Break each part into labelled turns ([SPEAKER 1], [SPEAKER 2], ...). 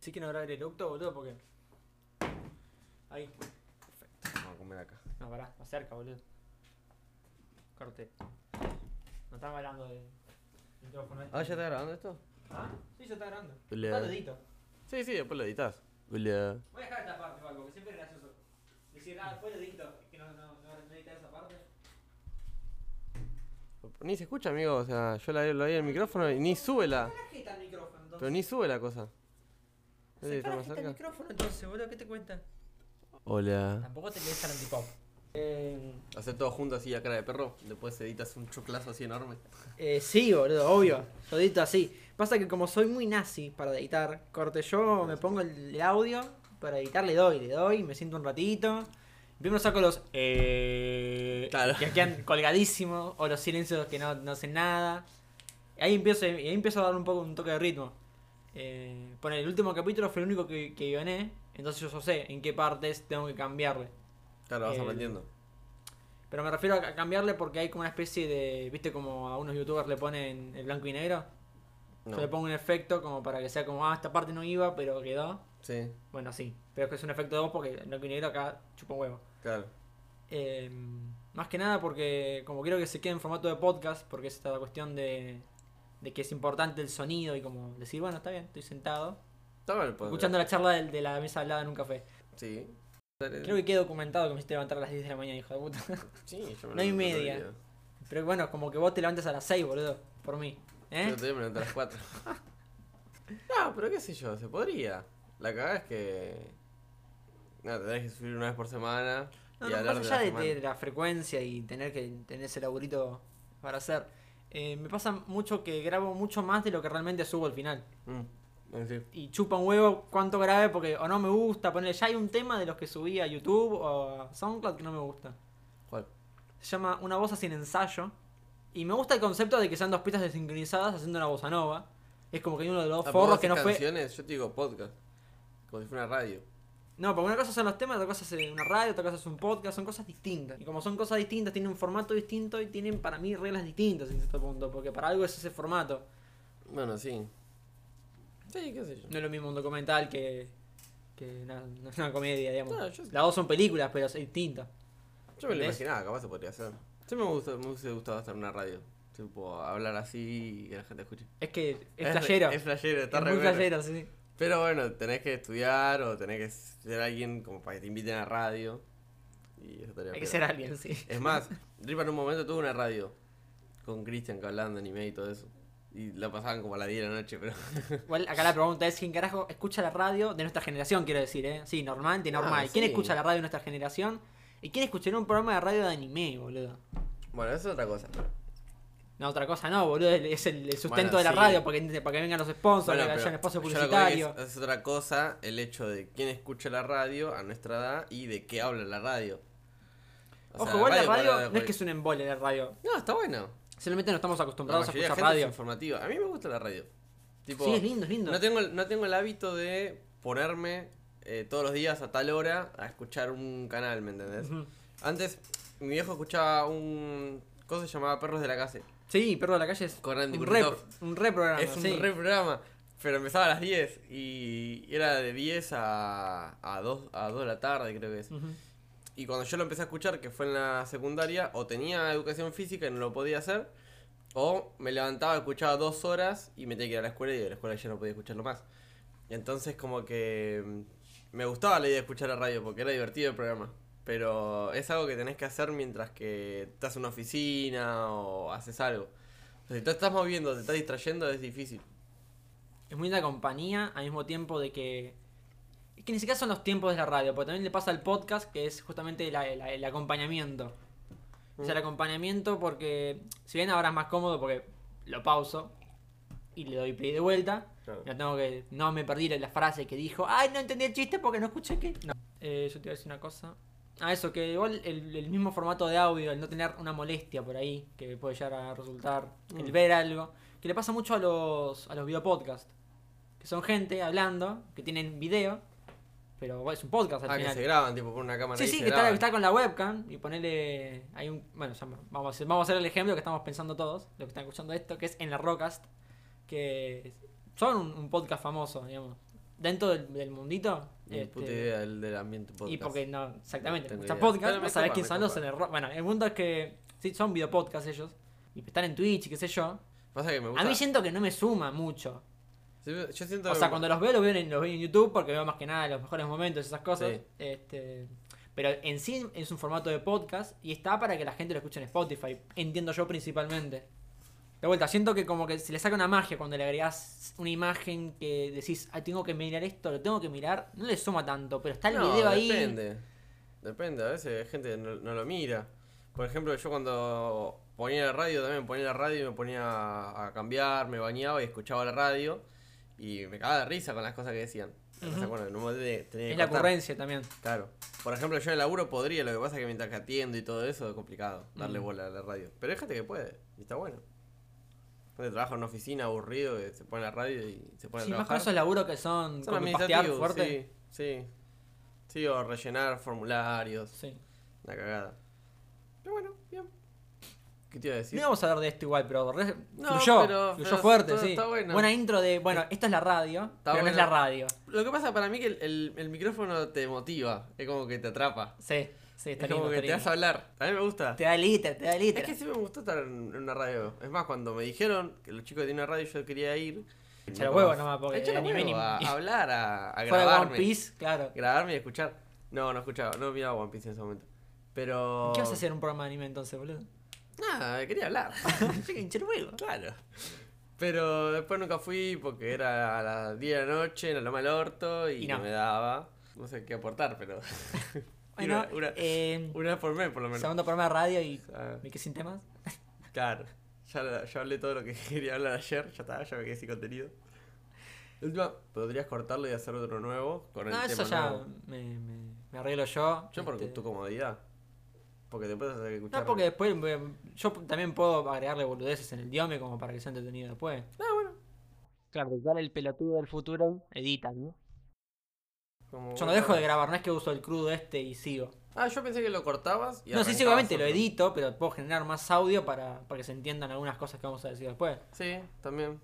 [SPEAKER 1] Sí que no grabar el eructo, boludo, porque. Ahí.
[SPEAKER 2] Vamos a comer acá.
[SPEAKER 1] No, pará, acerca, boludo. Corte. No estamos hablando de micrófono.
[SPEAKER 2] Ah, ¿ya está grabando esto?
[SPEAKER 1] Ah, sí, ya está grabando.
[SPEAKER 2] Le-
[SPEAKER 1] Está dedito.
[SPEAKER 2] Sí, sí, después lo editas. Hola.
[SPEAKER 1] Voy a dejar esta parte igual, porque siempre es gracioso. Decir, ah, fue dedito, que no, no, no, no editar esa parte.
[SPEAKER 2] Ni se escucha, amigo. O sea, yo la, lo oí en el micrófono y ni sube la.
[SPEAKER 1] Saca la jeta al micrófono, entonces.
[SPEAKER 2] Ah. Pero ni sube la cosa. ¿No
[SPEAKER 1] Sacá
[SPEAKER 2] está
[SPEAKER 1] la
[SPEAKER 2] más
[SPEAKER 1] jeta al
[SPEAKER 2] cerca? Ah.
[SPEAKER 1] micrófono, entonces, boludo, ¿qué te cuenta?
[SPEAKER 2] Hola.
[SPEAKER 1] Tampoco te lees al antipop. Eh,
[SPEAKER 2] Hacer todo junto así a cara de perro. Después editas un choclazo así enorme.
[SPEAKER 1] eh, sí, boludo, obvio. Lo edito así. Pasa que como soy muy nazi para editar, corte yo, me pongo el audio para editar, le doy, le doy, me siento un ratito. Primero saco los eh,
[SPEAKER 2] Claro.
[SPEAKER 1] que quedan colgadísimos, o los silencios que no, no hacen nada. Ahí empiezo, y ahí empiezo a dar un poco un toque de ritmo. Eh, pone, el último capítulo fue el único que, que guioné, entonces yo sé en qué partes tengo que cambiarle.
[SPEAKER 2] Claro, vas
[SPEAKER 1] El-
[SPEAKER 2] aprendiendo.
[SPEAKER 1] Pero me refiero a cambiarle porque hay como una especie de. ¿Viste como a unos youtubers le ponen el blanco y negro?
[SPEAKER 2] No.
[SPEAKER 1] Yo le pongo un efecto como para que sea como, ah, esta parte no iba, pero quedó.
[SPEAKER 2] Sí,
[SPEAKER 1] Bueno, sí. Pero es que es un efecto de voz porque el blanco y negro acá chupa un huevo.
[SPEAKER 2] claro.
[SPEAKER 1] Eh, más que nada porque, como quiero que se quede en formato de podcast, porque es esta cuestión de, de que es importante el sonido y como decir, bueno, está bien, estoy sentado,
[SPEAKER 2] Está mal, pues.
[SPEAKER 1] escuchando la charla del- de, la mesa hablada en un café.
[SPEAKER 2] Sí.
[SPEAKER 1] Creo que quede documentado que me hiciste levantar a las 10 de la mañana, hijo de puta.
[SPEAKER 2] Sí, yo me
[SPEAKER 1] No hay
[SPEAKER 2] levanto todo el
[SPEAKER 1] media.
[SPEAKER 2] día.
[SPEAKER 1] Pero bueno, como que vos te levantas a las 6, boludo, por mí. ¿Eh?
[SPEAKER 2] Yo te voy a levantar a las 4. no, pero qué sé yo, se podría. La cagada es que. Nada, tenés que subir una vez por semana.
[SPEAKER 1] No,
[SPEAKER 2] y
[SPEAKER 1] no,
[SPEAKER 2] hablar
[SPEAKER 1] más
[SPEAKER 2] de la
[SPEAKER 1] allá de,
[SPEAKER 2] semana.
[SPEAKER 1] de la frecuencia y tener que tener ese laburito para hacer, eh, me pasa mucho que grabo mucho más de lo que realmente subo al final.
[SPEAKER 2] Mm, es decir,
[SPEAKER 1] Y chupa un huevo cuánto grabe porque o no me gusta, poner ya hay un tema de los que subí a YouTube o a SoundCloud que no me gusta.
[SPEAKER 2] ¿cuál? Ah,
[SPEAKER 1] Se llama Una voz sin ensayo. Y me gusta el concepto de que sean dos pistas desincronizadas haciendo una bossa nova. Es como que hay uno de los
[SPEAKER 2] Ah,
[SPEAKER 1] dos
[SPEAKER 2] vos
[SPEAKER 1] forros
[SPEAKER 2] haces
[SPEAKER 1] que no fue.
[SPEAKER 2] canciones, yo te digo podcast. Como si fuera una radio.
[SPEAKER 1] No, porque una cosa son los temas, otra cosa es eh, una radio, otra cosa es un podcast, son cosas distintas. Y como son cosas distintas, tienen un formato distinto y tienen para mí reglas distintas en cierto punto, porque para algo es ese formato.
[SPEAKER 2] Bueno, sí. Sí, qué sé yo.
[SPEAKER 1] No es lo mismo un documental que, que una, una comedia, digamos.
[SPEAKER 2] No, yo-
[SPEAKER 1] Las dos son películas, pero es distinto.
[SPEAKER 2] Yo me lo
[SPEAKER 1] ¿Ves?
[SPEAKER 2] imaginaba, capaz se podría hacer. Sí me gusta, me hubiese gustado hacer una radio. Tipo, hablar así y que la gente escuche.
[SPEAKER 1] Es que es
[SPEAKER 2] re-
[SPEAKER 1] playero.
[SPEAKER 2] Es flashero, está
[SPEAKER 1] es
[SPEAKER 2] re
[SPEAKER 1] muy
[SPEAKER 2] bueno.
[SPEAKER 1] playero, sí.
[SPEAKER 2] Pero bueno, tenés que estudiar o tenés que ser alguien como para que te inviten a radio. Y eso estaría
[SPEAKER 1] Hay que
[SPEAKER 2] peor.
[SPEAKER 1] ser alguien, sí.
[SPEAKER 2] Es más, Ripa en un momento tuvo una radio con Christian que hablaban de anime y todo eso. Y la pasaban como a las 10 de la noche, pero.
[SPEAKER 1] Igual acá la pregunta es: ¿quién carajo escucha la radio de nuestra generación? Quiero decir, ¿eh? Sí, normal, de
[SPEAKER 2] Ah,
[SPEAKER 1] normal. ¿Quién
[SPEAKER 2] sí.
[SPEAKER 1] escucha la radio de nuestra generación? ¿Y quién escucharía un programa de radio de anime, boludo?
[SPEAKER 2] Bueno, eso es otra cosa.
[SPEAKER 1] No, otra cosa no, boludo, es- es el, el sustento
[SPEAKER 2] Bueno,
[SPEAKER 1] de la
[SPEAKER 2] sí.
[SPEAKER 1] radio para que, para que vengan los sponsors,
[SPEAKER 2] Bueno,
[SPEAKER 1] para que
[SPEAKER 2] pero
[SPEAKER 1] haya un espacio
[SPEAKER 2] yo lo que voy es-
[SPEAKER 1] publicitario.
[SPEAKER 2] Es, otra cosa el hecho de quién escucha la radio a nuestra edad y de qué habla la radio. O sea,
[SPEAKER 1] Ojo, igual la radio,
[SPEAKER 2] puede-
[SPEAKER 1] no es que es un embole la radio.
[SPEAKER 2] No, está bueno.
[SPEAKER 1] Solamente no estamos
[SPEAKER 2] La
[SPEAKER 1] acostumbrados a
[SPEAKER 2] mayoría de
[SPEAKER 1] escuchar
[SPEAKER 2] gente es
[SPEAKER 1] radio.
[SPEAKER 2] informativa. A mí me gusta la radio. Tipo,
[SPEAKER 1] Sí, es lindo, es lindo.
[SPEAKER 2] No tengo, el- no tengo el hábito de ponerme eh, todos los días a tal hora a escuchar un canal, ¿me entendés?
[SPEAKER 1] Ujú.
[SPEAKER 2] Antes, mi viejo escuchaba un. cosa que se llamaba Perros de la Calle.
[SPEAKER 1] Sí, perdón, la calle es
[SPEAKER 2] Con Andy
[SPEAKER 1] un, re,
[SPEAKER 2] Kurnikov.
[SPEAKER 1] un re programa.
[SPEAKER 2] es un
[SPEAKER 1] sí.
[SPEAKER 2] re programa. Pero empezaba a las 10 y era de 10 a, a, 2, a 2 de la tarde, creo que es.
[SPEAKER 1] Ujú.
[SPEAKER 2] Y cuando yo lo empecé a escuchar, que fue en la secundaria, o tenía educación física y no lo podía hacer, o me levantaba, escuchaba dos horas y me tenía que ir a la escuela y de la escuela ya no podía escucharlo más. Y entonces como que mm, me gustaba la idea de escuchar la radio porque era divertido el programa. Pero es algo que tenés que hacer mientras que estás en una oficina o haces algo. O sea, si te estás moviendo, te estás distrayendo, es difícil.
[SPEAKER 1] Es muy linda compañía, al mismo tiempo de que. Es que ni siquiera son los tiempos de la radio, porque también le pasa al podcast, que es justamente la- la- el acompañamiento. O
[SPEAKER 2] Mm.
[SPEAKER 1] sea, el acompañamiento porque, si bien ahora es más cómodo porque lo pauso y le doy play de vuelta,
[SPEAKER 2] Claro.
[SPEAKER 1] no tengo que, no me perdí la- la frase que dijo, ay, no entendí el chiste porque no escuché que... No. Eh, yo te iba a decir una cosa. Ah, eso, que igual el, el mismo formato de audio, el no tener una molestia por ahí, que puede llegar a resultar, el
[SPEAKER 2] Mm.
[SPEAKER 1] ver algo, que le pasa mucho a los, a los videopodcasts, que son gente hablando, que tienen video, pero bueno, es un podcast al
[SPEAKER 2] Ah, que
[SPEAKER 1] final.
[SPEAKER 2] se graban, tipo, por una cámara.
[SPEAKER 1] Sí,
[SPEAKER 2] y
[SPEAKER 1] sí,
[SPEAKER 2] se
[SPEAKER 1] que está,
[SPEAKER 2] graban.
[SPEAKER 1] está con la webcam y ponele. Hay un, bueno, ya vamos, a hacer, vamos a hacer el ejemplo que estamos pensando todos, los que están escuchando esto, que es en la Rocast, que son un, un podcast famoso, digamos. dentro del, del mundito.
[SPEAKER 2] Ni
[SPEAKER 1] este,
[SPEAKER 2] puta idea del, del ambiente podcast.
[SPEAKER 1] y porque no, exactamente,
[SPEAKER 2] No tengo
[SPEAKER 1] escuchas
[SPEAKER 2] idea.
[SPEAKER 1] podcast,
[SPEAKER 2] Pero me
[SPEAKER 1] no sabes
[SPEAKER 2] copa,
[SPEAKER 1] quién
[SPEAKER 2] me
[SPEAKER 1] son los
[SPEAKER 2] copa.
[SPEAKER 1] en el rock. Bueno, el punto es que sí, son videopodcasts ellos. Y están en Twitch y qué sé yo.
[SPEAKER 2] Pasa que me gusta.
[SPEAKER 1] A mí siento que no me suma mucho.
[SPEAKER 2] Sí, Yo siento
[SPEAKER 1] O
[SPEAKER 2] que
[SPEAKER 1] sea,
[SPEAKER 2] me-
[SPEAKER 1] cuando los veo, los veo, en, los veo en YouTube porque veo más que nada los mejores momentos, esas cosas.
[SPEAKER 2] Sí.
[SPEAKER 1] Este, pero en sí es un formato de podcast y está para que la gente lo escuche en Spotify, entiendo yo principalmente. De vuelta, siento que como que se le saca una magia cuando le agregás una imagen que decís, ah, tengo que mirar esto, lo tengo que mirar. No le suma tanto, pero está el
[SPEAKER 2] No,
[SPEAKER 1] video ahí.
[SPEAKER 2] Depende. Depende, a veces hay gente que no, no lo mira. Por ejemplo, yo cuando ponía la radio también ponía la radio y me ponía a, a cambiar, me bañaba y escuchaba la radio. Y me cagaba de risa con las cosas que decían. No se acuerdan, no me tenía que
[SPEAKER 1] Es la
[SPEAKER 2] cortar.
[SPEAKER 1] ocurrencia también.
[SPEAKER 2] Claro. Por ejemplo, yo en el laburo podría, lo que pasa es que mientras que atiendo y todo eso es complicado darle bola a la radio. Pero hay gente que puede, y está bueno. Gente que trabaja en una oficina aburrido, que se pone la radio y se pone
[SPEAKER 1] Sí,
[SPEAKER 2] a
[SPEAKER 1] más con
[SPEAKER 2] trabajar.
[SPEAKER 1] esos laburos que son,
[SPEAKER 2] Son
[SPEAKER 1] como pastear
[SPEAKER 2] administrativos,
[SPEAKER 1] fuerte.
[SPEAKER 2] sí, sí. Sí, o rellenar formularios,
[SPEAKER 1] Sí.
[SPEAKER 2] una cagada. Pero bueno, bien. ¿Qué te iba a decir?
[SPEAKER 1] No íbamos a hablar de esto igual, pero re,
[SPEAKER 2] No,
[SPEAKER 1] fluyó,
[SPEAKER 2] pero-
[SPEAKER 1] fluyó
[SPEAKER 2] pero
[SPEAKER 1] fuerte,
[SPEAKER 2] está-
[SPEAKER 1] sí.
[SPEAKER 2] está bueno.
[SPEAKER 1] Buena intro de, bueno, esto es la radio, pero no es la
[SPEAKER 2] bueno.
[SPEAKER 1] radio.
[SPEAKER 2] Lo que pasa para mí que el, el- el micrófono te motiva, es como que te atrapa.
[SPEAKER 1] Sí, sí, está
[SPEAKER 2] Es
[SPEAKER 1] lindo.
[SPEAKER 2] como que
[SPEAKER 1] está
[SPEAKER 2] te hace
[SPEAKER 1] lindo.
[SPEAKER 2] hablar. A mí me gusta.
[SPEAKER 1] Te da liter, te da liter.
[SPEAKER 2] Es que sí me gustó estar en en una radio. Es más, cuando me dijeron que los chicos tenían una radio, yo quería ir.
[SPEAKER 1] Echa los huevos nomás, porque
[SPEAKER 2] Echar los
[SPEAKER 1] anime
[SPEAKER 2] huevos,
[SPEAKER 1] ni-
[SPEAKER 2] a, a hablar, a, a
[SPEAKER 1] Fuera de One
[SPEAKER 2] grabarme.
[SPEAKER 1] Piece, claro.
[SPEAKER 2] Grabarme y escuchar. No, no escuchaba, no miraba One Piece en ese momento. Pero.
[SPEAKER 1] ¿Qué vas a hacer en un programa de anime entonces, boludo?
[SPEAKER 2] Nada, quería hablar. claro. Pero después nunca fui porque era a las 10 de la noche, en la loma del orto y,
[SPEAKER 1] Y no.
[SPEAKER 2] no. me daba. No sé qué aportar, pero. Y
[SPEAKER 1] Bueno,
[SPEAKER 2] una, una-
[SPEAKER 1] eh,
[SPEAKER 2] una vez por mes, por lo menos.
[SPEAKER 1] segundo programa de radio y
[SPEAKER 2] Ah.
[SPEAKER 1] me quedé sin temas.
[SPEAKER 2] Claro, ya, la- ya hablé todo lo que quería hablar ayer, ya está, ya me quedé sin contenido. De Última, podrías cortarlo y hacer otro nuevo con el
[SPEAKER 1] No,
[SPEAKER 2] tema
[SPEAKER 1] eso ya
[SPEAKER 2] nuevo.
[SPEAKER 1] me, me- me arreglo yo.
[SPEAKER 2] Yo por
[SPEAKER 1] este.
[SPEAKER 2] tu comodidad. Porque después vas a tener que escuchar.
[SPEAKER 1] No, porque después me- yo también puedo agregarle boludeces en el diome como para que sea entretenido después. Ah, bueno. Claro, dar el pelotudo del futuro, editas, ¿no?
[SPEAKER 2] como
[SPEAKER 1] Yo no
[SPEAKER 2] vos
[SPEAKER 1] dejo de
[SPEAKER 2] sabés.
[SPEAKER 1] grabar, no es que uso el crudo este y sigo.
[SPEAKER 2] Ah, yo pensé que lo cortabas y
[SPEAKER 1] no, sí,
[SPEAKER 2] arrancabas
[SPEAKER 1] seguramente lo
[SPEAKER 2] otro.
[SPEAKER 1] edito, pero puedo generar más audio para, para que se entiendan algunas cosas que vamos a decir después.
[SPEAKER 2] Sí, también.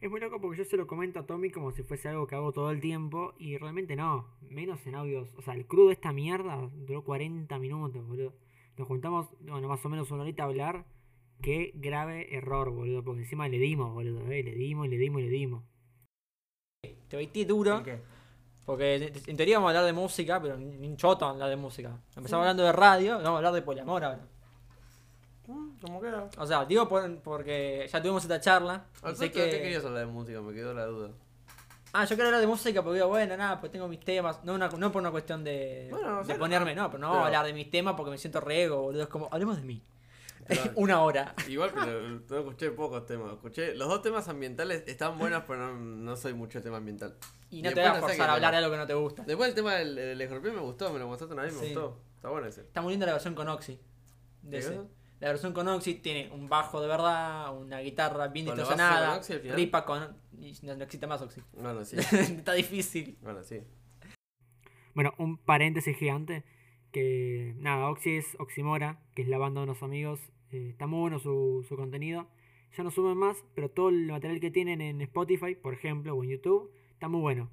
[SPEAKER 1] Es muy loco porque yo se lo comento a Tommy como si fuese algo que hago todo el tiempo y realmente no, menos en audios. O sea, el crudo de esta mierda duró 40 minutos, boludo. Nos juntamos, bueno, más o menos una horita a hablar. Qué grave error, boludo, porque encima le dimos, boludo, eh, le dimos, le dimos, le dimos. Te baití duro, porque en- en teoría vamos a hablar de música, pero ni un choto vamos a hablar de música. Empezamos hablando de radio, vamos a hablar de poliamor ahora.
[SPEAKER 2] Mm, ¿Cómo queda?
[SPEAKER 1] O sea, digo por- porque ya tuvimos esta charla. y
[SPEAKER 2] Al
[SPEAKER 1] sé
[SPEAKER 2] punto, ¿De Ah, qué querías hablar de música? Me quedó la duda.
[SPEAKER 1] Ah, yo quiero hablar de música porque digo, bueno, nada, pues tengo mis temas. No, una- no por una cuestión de,
[SPEAKER 2] Bueno,
[SPEAKER 1] de
[SPEAKER 2] sí,
[SPEAKER 1] ponerme, no, pero no
[SPEAKER 2] pero-
[SPEAKER 1] vamos a hablar de mis temas porque me siento rego, boludo. Es como, hablemos de mí.
[SPEAKER 2] Pero-
[SPEAKER 1] una hora.
[SPEAKER 2] Igual, pero no escuché pocos temas. Escuché los dos temas ambientales están buenos, pero no, no soy mucho de tema ambiental.
[SPEAKER 1] Y no te
[SPEAKER 2] después
[SPEAKER 1] vas a
[SPEAKER 2] sé qué
[SPEAKER 1] forzar a hablar
[SPEAKER 2] tema.
[SPEAKER 1] de algo que no te gusta.
[SPEAKER 2] Después el tema del, del escorpión me gustó, me lo mostraste una vez, me
[SPEAKER 1] Sí.
[SPEAKER 2] gustó. Está bueno ese.
[SPEAKER 1] Está muy linda la versión con Oxy. de
[SPEAKER 2] ¿Qué
[SPEAKER 1] ese.
[SPEAKER 2] cosa?
[SPEAKER 1] La versión con Oxy tiene un bajo de verdad, una guitarra bien
[SPEAKER 2] Cuando vas con
[SPEAKER 1] distorsionada,
[SPEAKER 2] Oxy al final-
[SPEAKER 1] ripa con. y no, no existe más Oxy.
[SPEAKER 2] Bueno, sí.
[SPEAKER 1] Está difícil.
[SPEAKER 2] bueno, sí.
[SPEAKER 3] Bueno, un paréntesis gigante. Que nada, Oxy es Oxymora, que es la banda de unos amigos. eh, está muy bueno su, su contenido. Ya no suben más, pero todo el material que tienen en Spotify, por ejemplo, o en YouTube, está muy bueno.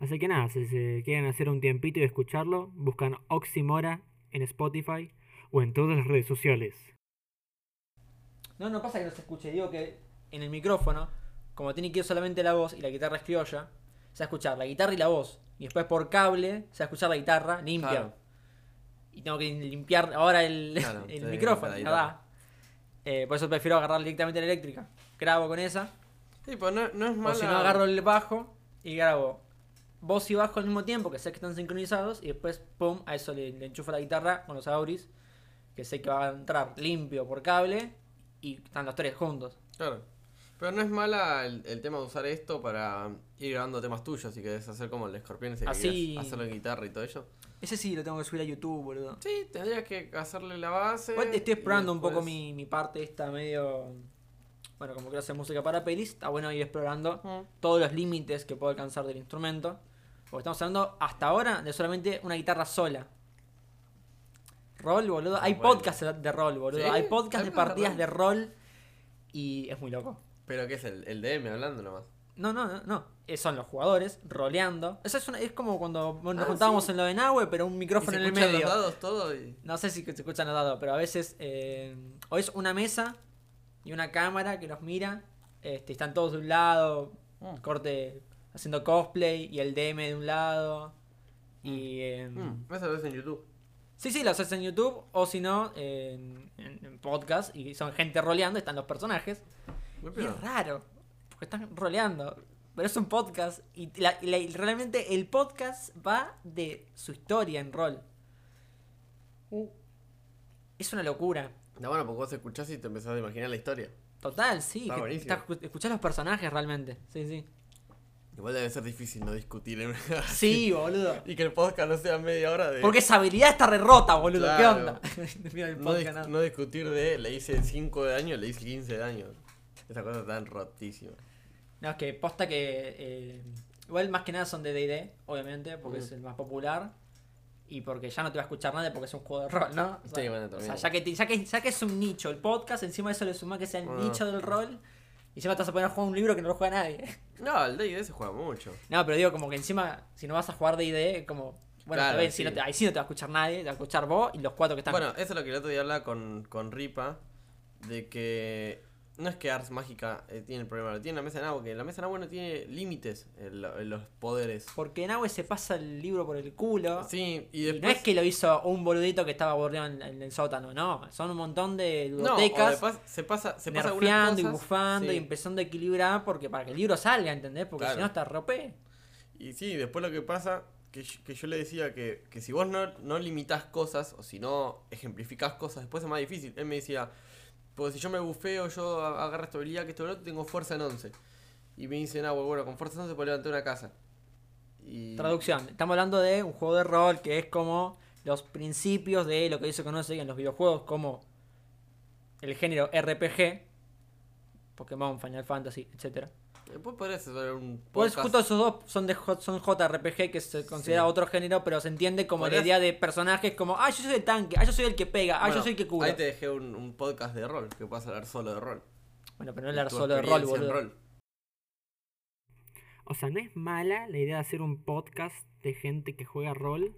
[SPEAKER 3] Así que nada, si se quieren hacer un tiempito y escucharlo, buscan Oxymora en Spotify o en todas las redes sociales.
[SPEAKER 1] No, no pasa que no se escuche. Digo que en el micrófono, como tiene que ir solamente la voz y la guitarra es criolla, se va a escuchar la guitarra y la voz. Y después por cable se va a escuchar la guitarra limpia.
[SPEAKER 2] Claro.
[SPEAKER 1] Y tengo que limpiar ahora el,
[SPEAKER 2] Claro,
[SPEAKER 1] el
[SPEAKER 2] tenés que
[SPEAKER 1] micrófono,
[SPEAKER 2] limpiar la
[SPEAKER 1] ¿verdad? Eh, por eso prefiero agarrar directamente la eléctrica. Grabo con esa.
[SPEAKER 2] Sí, pues no, no es malo.
[SPEAKER 1] O si no, agarro el bajo y grabo voz y bajo al mismo tiempo, que sé que están sincronizados. Y después, pum, a eso le, le enchufo la guitarra con los auris, que sé que va a entrar limpio por cable. Y están los tres juntos.
[SPEAKER 2] Claro. Pero no es mala el, el tema de usar esto para ir grabando temas tuyos y querés hacer como el escorpión ese que
[SPEAKER 1] Así-
[SPEAKER 2] querés hacerlo en guitarra y todo ello.
[SPEAKER 1] Ese sí lo tengo que subir a YouTube, boludo.
[SPEAKER 2] Sí, tendrías que hacerle la base.
[SPEAKER 1] Igual te estoy
[SPEAKER 2] y
[SPEAKER 1] explorando un poco
[SPEAKER 2] después-
[SPEAKER 1] mi, mi parte esta medio... Bueno, como quiero hacer música para pelis, está bueno ir explorando
[SPEAKER 2] Mm.
[SPEAKER 1] todos los límites que puedo alcanzar del instrumento. Porque estamos hablando hasta ahora de solamente una guitarra sola. Rol, boludo. Hay
[SPEAKER 2] Ah, bueno.
[SPEAKER 1] podcasts de rol, boludo.
[SPEAKER 2] ¿Sí?
[SPEAKER 1] Hay podcasts de
[SPEAKER 2] ¿Hay podcasts de
[SPEAKER 1] partidas
[SPEAKER 2] rol?
[SPEAKER 1] de rol. Y es muy loco.
[SPEAKER 2] Pero que es el, el DM hablando nomás.
[SPEAKER 1] No, no, no, no. Eh, son los jugadores roleando. Eso es, una- es como cuando nos
[SPEAKER 2] Ah,
[SPEAKER 1] juntábamos
[SPEAKER 2] sí.
[SPEAKER 1] en lo de Nahue, pero un
[SPEAKER 2] Y
[SPEAKER 1] micrófono
[SPEAKER 2] se
[SPEAKER 1] en el
[SPEAKER 2] escuchan
[SPEAKER 1] medio.
[SPEAKER 2] los dados todo y...
[SPEAKER 1] No sé si se escuchan los dados, pero a veces eh, o es una mesa y una cámara que los mira. Este, están todos de un lado,
[SPEAKER 2] Mm.
[SPEAKER 1] corte haciendo cosplay y el DM de un lado. Y eh,
[SPEAKER 2] Mm, Eso lo ves en YouTube.
[SPEAKER 1] sí, sí, los haces en YouTube o si no en, en- en podcast y son gente roleando, están los personajes.
[SPEAKER 2] Muy
[SPEAKER 1] Y
[SPEAKER 2] piola.
[SPEAKER 1] es raro, porque están roleando. Pero es un podcast y, la- y la- y realmente el podcast va de su historia en rol.
[SPEAKER 2] Uh.
[SPEAKER 1] Es una locura.
[SPEAKER 2] Está bueno porque vos escuchás y te empezás a imaginar la historia.
[SPEAKER 1] Total, sí.
[SPEAKER 2] Está
[SPEAKER 1] que
[SPEAKER 2] buenísimo.
[SPEAKER 1] estás escu- escuchás los personajes realmente. Sí, sí.
[SPEAKER 2] Igual debe ser difícil no discutir en una-
[SPEAKER 1] Sí, boludo.
[SPEAKER 2] Y que el podcast no sea media hora de.
[SPEAKER 1] Porque esa habilidad está re rota, boludo.
[SPEAKER 2] Claro.
[SPEAKER 1] ¿Qué onda? Mira el
[SPEAKER 2] no, dis-
[SPEAKER 1] podcast, ¿no?
[SPEAKER 2] no discutir de le hice 5 de daño, le hice 15 de daño. Esa cosa tan rotísima.
[SPEAKER 1] No, es que posta que. eh, igual más que nada son de DD, obviamente, porque
[SPEAKER 2] Mm.
[SPEAKER 1] es el más popular. Y porque ya no te va a escuchar nadie porque es un juego de rol, ¿no? O sea,
[SPEAKER 2] Sí, bueno,
[SPEAKER 1] o sea,
[SPEAKER 2] también.
[SPEAKER 1] ya, que te- ya, que, ya que es un nicho el podcast, encima de eso le suma que sea el
[SPEAKER 2] Bueno.
[SPEAKER 1] nicho del rol. Y encima te vas a poner a jugar un libro que no lo juega nadie.
[SPEAKER 2] No, el DD se juega mucho.
[SPEAKER 1] No, pero digo, como que encima, si no vas a jugar de ID, como. Bueno,
[SPEAKER 2] Claro,
[SPEAKER 1] está bien, si
[SPEAKER 2] sí.
[SPEAKER 1] no te- ahí sí no te va a escuchar nadie, te va a escuchar vos y los cuatro que están.
[SPEAKER 2] Bueno, eso es lo que el otro día hablaba con, con Ripa. De que. No es que Ars Mágica eh, tiene el problema, lo tiene la mesa de Nahua, que la mesa de Nahua no tiene límites en, lo- en los poderes.
[SPEAKER 1] Porque Nahue se pasa el libro por el culo.
[SPEAKER 2] Sí, y
[SPEAKER 1] Y
[SPEAKER 2] después.
[SPEAKER 1] no es que lo hizo un boludito que estaba aburrido en, en el sótano, no. Son un montón de
[SPEAKER 2] No, o de
[SPEAKER 1] ludotecas
[SPEAKER 2] pas- se pasa, se pasa algunas
[SPEAKER 1] nerfeando y
[SPEAKER 2] cosas,
[SPEAKER 1] bufando
[SPEAKER 2] sí.
[SPEAKER 1] y empezando a equilibrar porque para que el libro salga, ¿entendés? Porque
[SPEAKER 2] Claro.
[SPEAKER 1] si no está rope.
[SPEAKER 2] Y sí, después lo que pasa, que yo, que yo le decía que, que si vos no, no limitas cosas, o si no ejemplificás cosas, después es más difícil. Él me decía, porque si yo me bufeo, yo a- agarro esta habilidad, que esto y lo otro, tengo fuerza en 11. Y me dicen, ah, bueno, bueno, con fuerza en 11 puedo levantar una casa. Y...
[SPEAKER 1] Traducción. Estamos hablando de un juego de rol que es como los principios de lo que hoy se conoce en los videojuegos como el género RPG, Pokémon, Final Fantasy, etcétera.
[SPEAKER 2] Después podrías hacer un
[SPEAKER 1] Pues
[SPEAKER 2] podcast.
[SPEAKER 1] justo esos dos son de J- son JRPG que se considera
[SPEAKER 2] Sí.
[SPEAKER 1] otro género, pero se entiende como la
[SPEAKER 2] Podrías-
[SPEAKER 1] idea de personajes como, ah, yo soy el tanque, ah, yo soy el que pega, ah, yo
[SPEAKER 2] Bueno,
[SPEAKER 1] soy el que cura.
[SPEAKER 2] Ahí te dejé un, un podcast de rol, que puedas hablar solo de rol.
[SPEAKER 1] Bueno, pero no
[SPEAKER 2] Y
[SPEAKER 1] hablar
[SPEAKER 2] tu
[SPEAKER 1] solo de rol,
[SPEAKER 2] experiencia en
[SPEAKER 1] boludo.
[SPEAKER 2] rol.
[SPEAKER 3] O sea, no es mala la idea de hacer un podcast de gente que juega rol,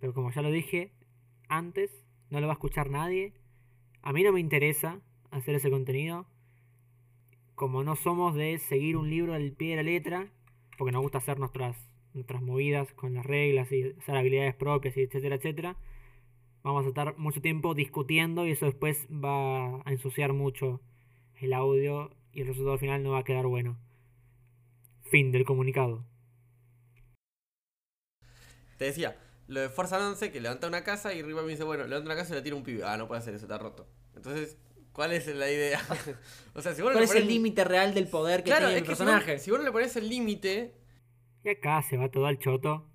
[SPEAKER 3] pero como ya lo dije antes, no lo va a escuchar nadie. A mí no me interesa hacer ese contenido. Como no somos de seguir un libro al pie de la letra, porque nos gusta hacer nuestras, nuestras movidas con las reglas y hacer habilidades propias, y etcétera, etcétera, vamos a estar mucho tiempo discutiendo y eso después va a ensuciar mucho el audio y el resultado final no va a quedar bueno. Fin del comunicado.
[SPEAKER 2] Te decía, lo de Forza 11 que levanta una casa y Ripa me dice, bueno, levanta una casa y la tira un pibe. Ah, no puede hacer eso, está roto. Entonces, ¿cuál es la idea? o sea, si vos no
[SPEAKER 1] ¿Cuál
[SPEAKER 2] le
[SPEAKER 1] es
[SPEAKER 2] ponés-
[SPEAKER 1] el límite real del poder que
[SPEAKER 2] Claro,
[SPEAKER 1] tiene
[SPEAKER 2] es
[SPEAKER 1] el
[SPEAKER 2] que si
[SPEAKER 1] personaje?
[SPEAKER 2] vos- Si vos no le pones el límite,
[SPEAKER 3] Y acá se va todo al choto,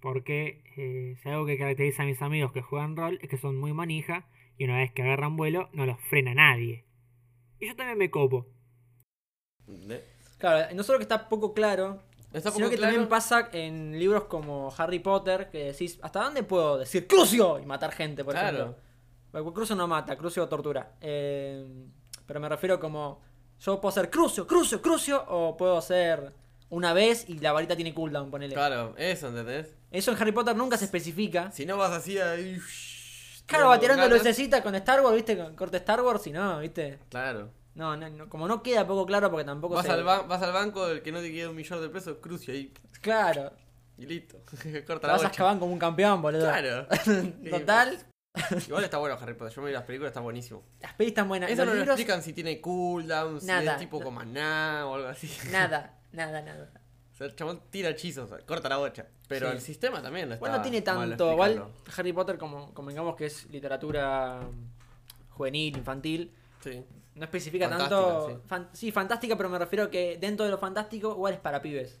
[SPEAKER 3] porque eh, si algo que caracteriza a mis amigos que juegan rol es que son muy manija y una vez que agarran vuelo no los frena nadie. Y yo también me copo.
[SPEAKER 2] ¿entendés?
[SPEAKER 1] Claro, no solo que está poco claro,
[SPEAKER 2] Está
[SPEAKER 1] sino
[SPEAKER 2] poco
[SPEAKER 1] que
[SPEAKER 2] claro.
[SPEAKER 1] también pasa en libros como Harry Potter, que decís, ¿hasta dónde puedo decir crucio? Y matar gente, por
[SPEAKER 2] Claro.
[SPEAKER 1] ejemplo. Bueno, Crucio no mata, crucio tortura. Eh, pero me refiero como, yo puedo hacer crucio, crucio, crucio, o puedo hacer una vez y la varita tiene cooldown, ponele.
[SPEAKER 2] Claro, eso, ¿entendés?
[SPEAKER 1] Eso en Harry Potter nunca se especifica.
[SPEAKER 2] Si no vas así ahí,
[SPEAKER 1] Claro, va tirando
[SPEAKER 2] ganas.
[SPEAKER 1] lucecitas con Star Wars, ¿viste? Con corte Star Wars y no, ¿viste?
[SPEAKER 2] Claro.
[SPEAKER 1] No, no, no, como no queda poco claro porque tampoco
[SPEAKER 2] Vas
[SPEAKER 1] se...
[SPEAKER 2] al, ba- vas al banco, el que no te queda un millón de pesos, crucio ahí
[SPEAKER 1] Claro,
[SPEAKER 2] y listo. Corta
[SPEAKER 1] te vas
[SPEAKER 2] la
[SPEAKER 1] a
[SPEAKER 2] bocha.
[SPEAKER 1] Azkaban como un campeón, boludo.
[SPEAKER 2] Claro.
[SPEAKER 1] Total,
[SPEAKER 2] Igual está bueno Harry Potter. Yo me vi las películas, está buenísimo.
[SPEAKER 1] las pelis están buenas.
[SPEAKER 2] Eso
[SPEAKER 1] Los
[SPEAKER 2] no lo
[SPEAKER 1] libros,
[SPEAKER 2] explican si tiene cooldown, si
[SPEAKER 1] Nada.
[SPEAKER 2] es tipo como maná o algo así.
[SPEAKER 1] nada, nada, nada.
[SPEAKER 2] O sea, el chabón tira hechizos, corta la bocha. Pero
[SPEAKER 1] Sí.
[SPEAKER 2] el sistema también no está
[SPEAKER 1] Igual no tiene
[SPEAKER 2] Ah, mal
[SPEAKER 1] tanto. Igual
[SPEAKER 2] explicarlo.
[SPEAKER 1] Harry Potter, como convengamos que es literatura mm, juvenil, infantil,
[SPEAKER 2] Sí.
[SPEAKER 1] no especifica
[SPEAKER 2] Fantástica,
[SPEAKER 1] tanto.
[SPEAKER 2] sí.
[SPEAKER 1] fan- sí, fantástica, pero me refiero que dentro de lo fantástico, igual es para pibes.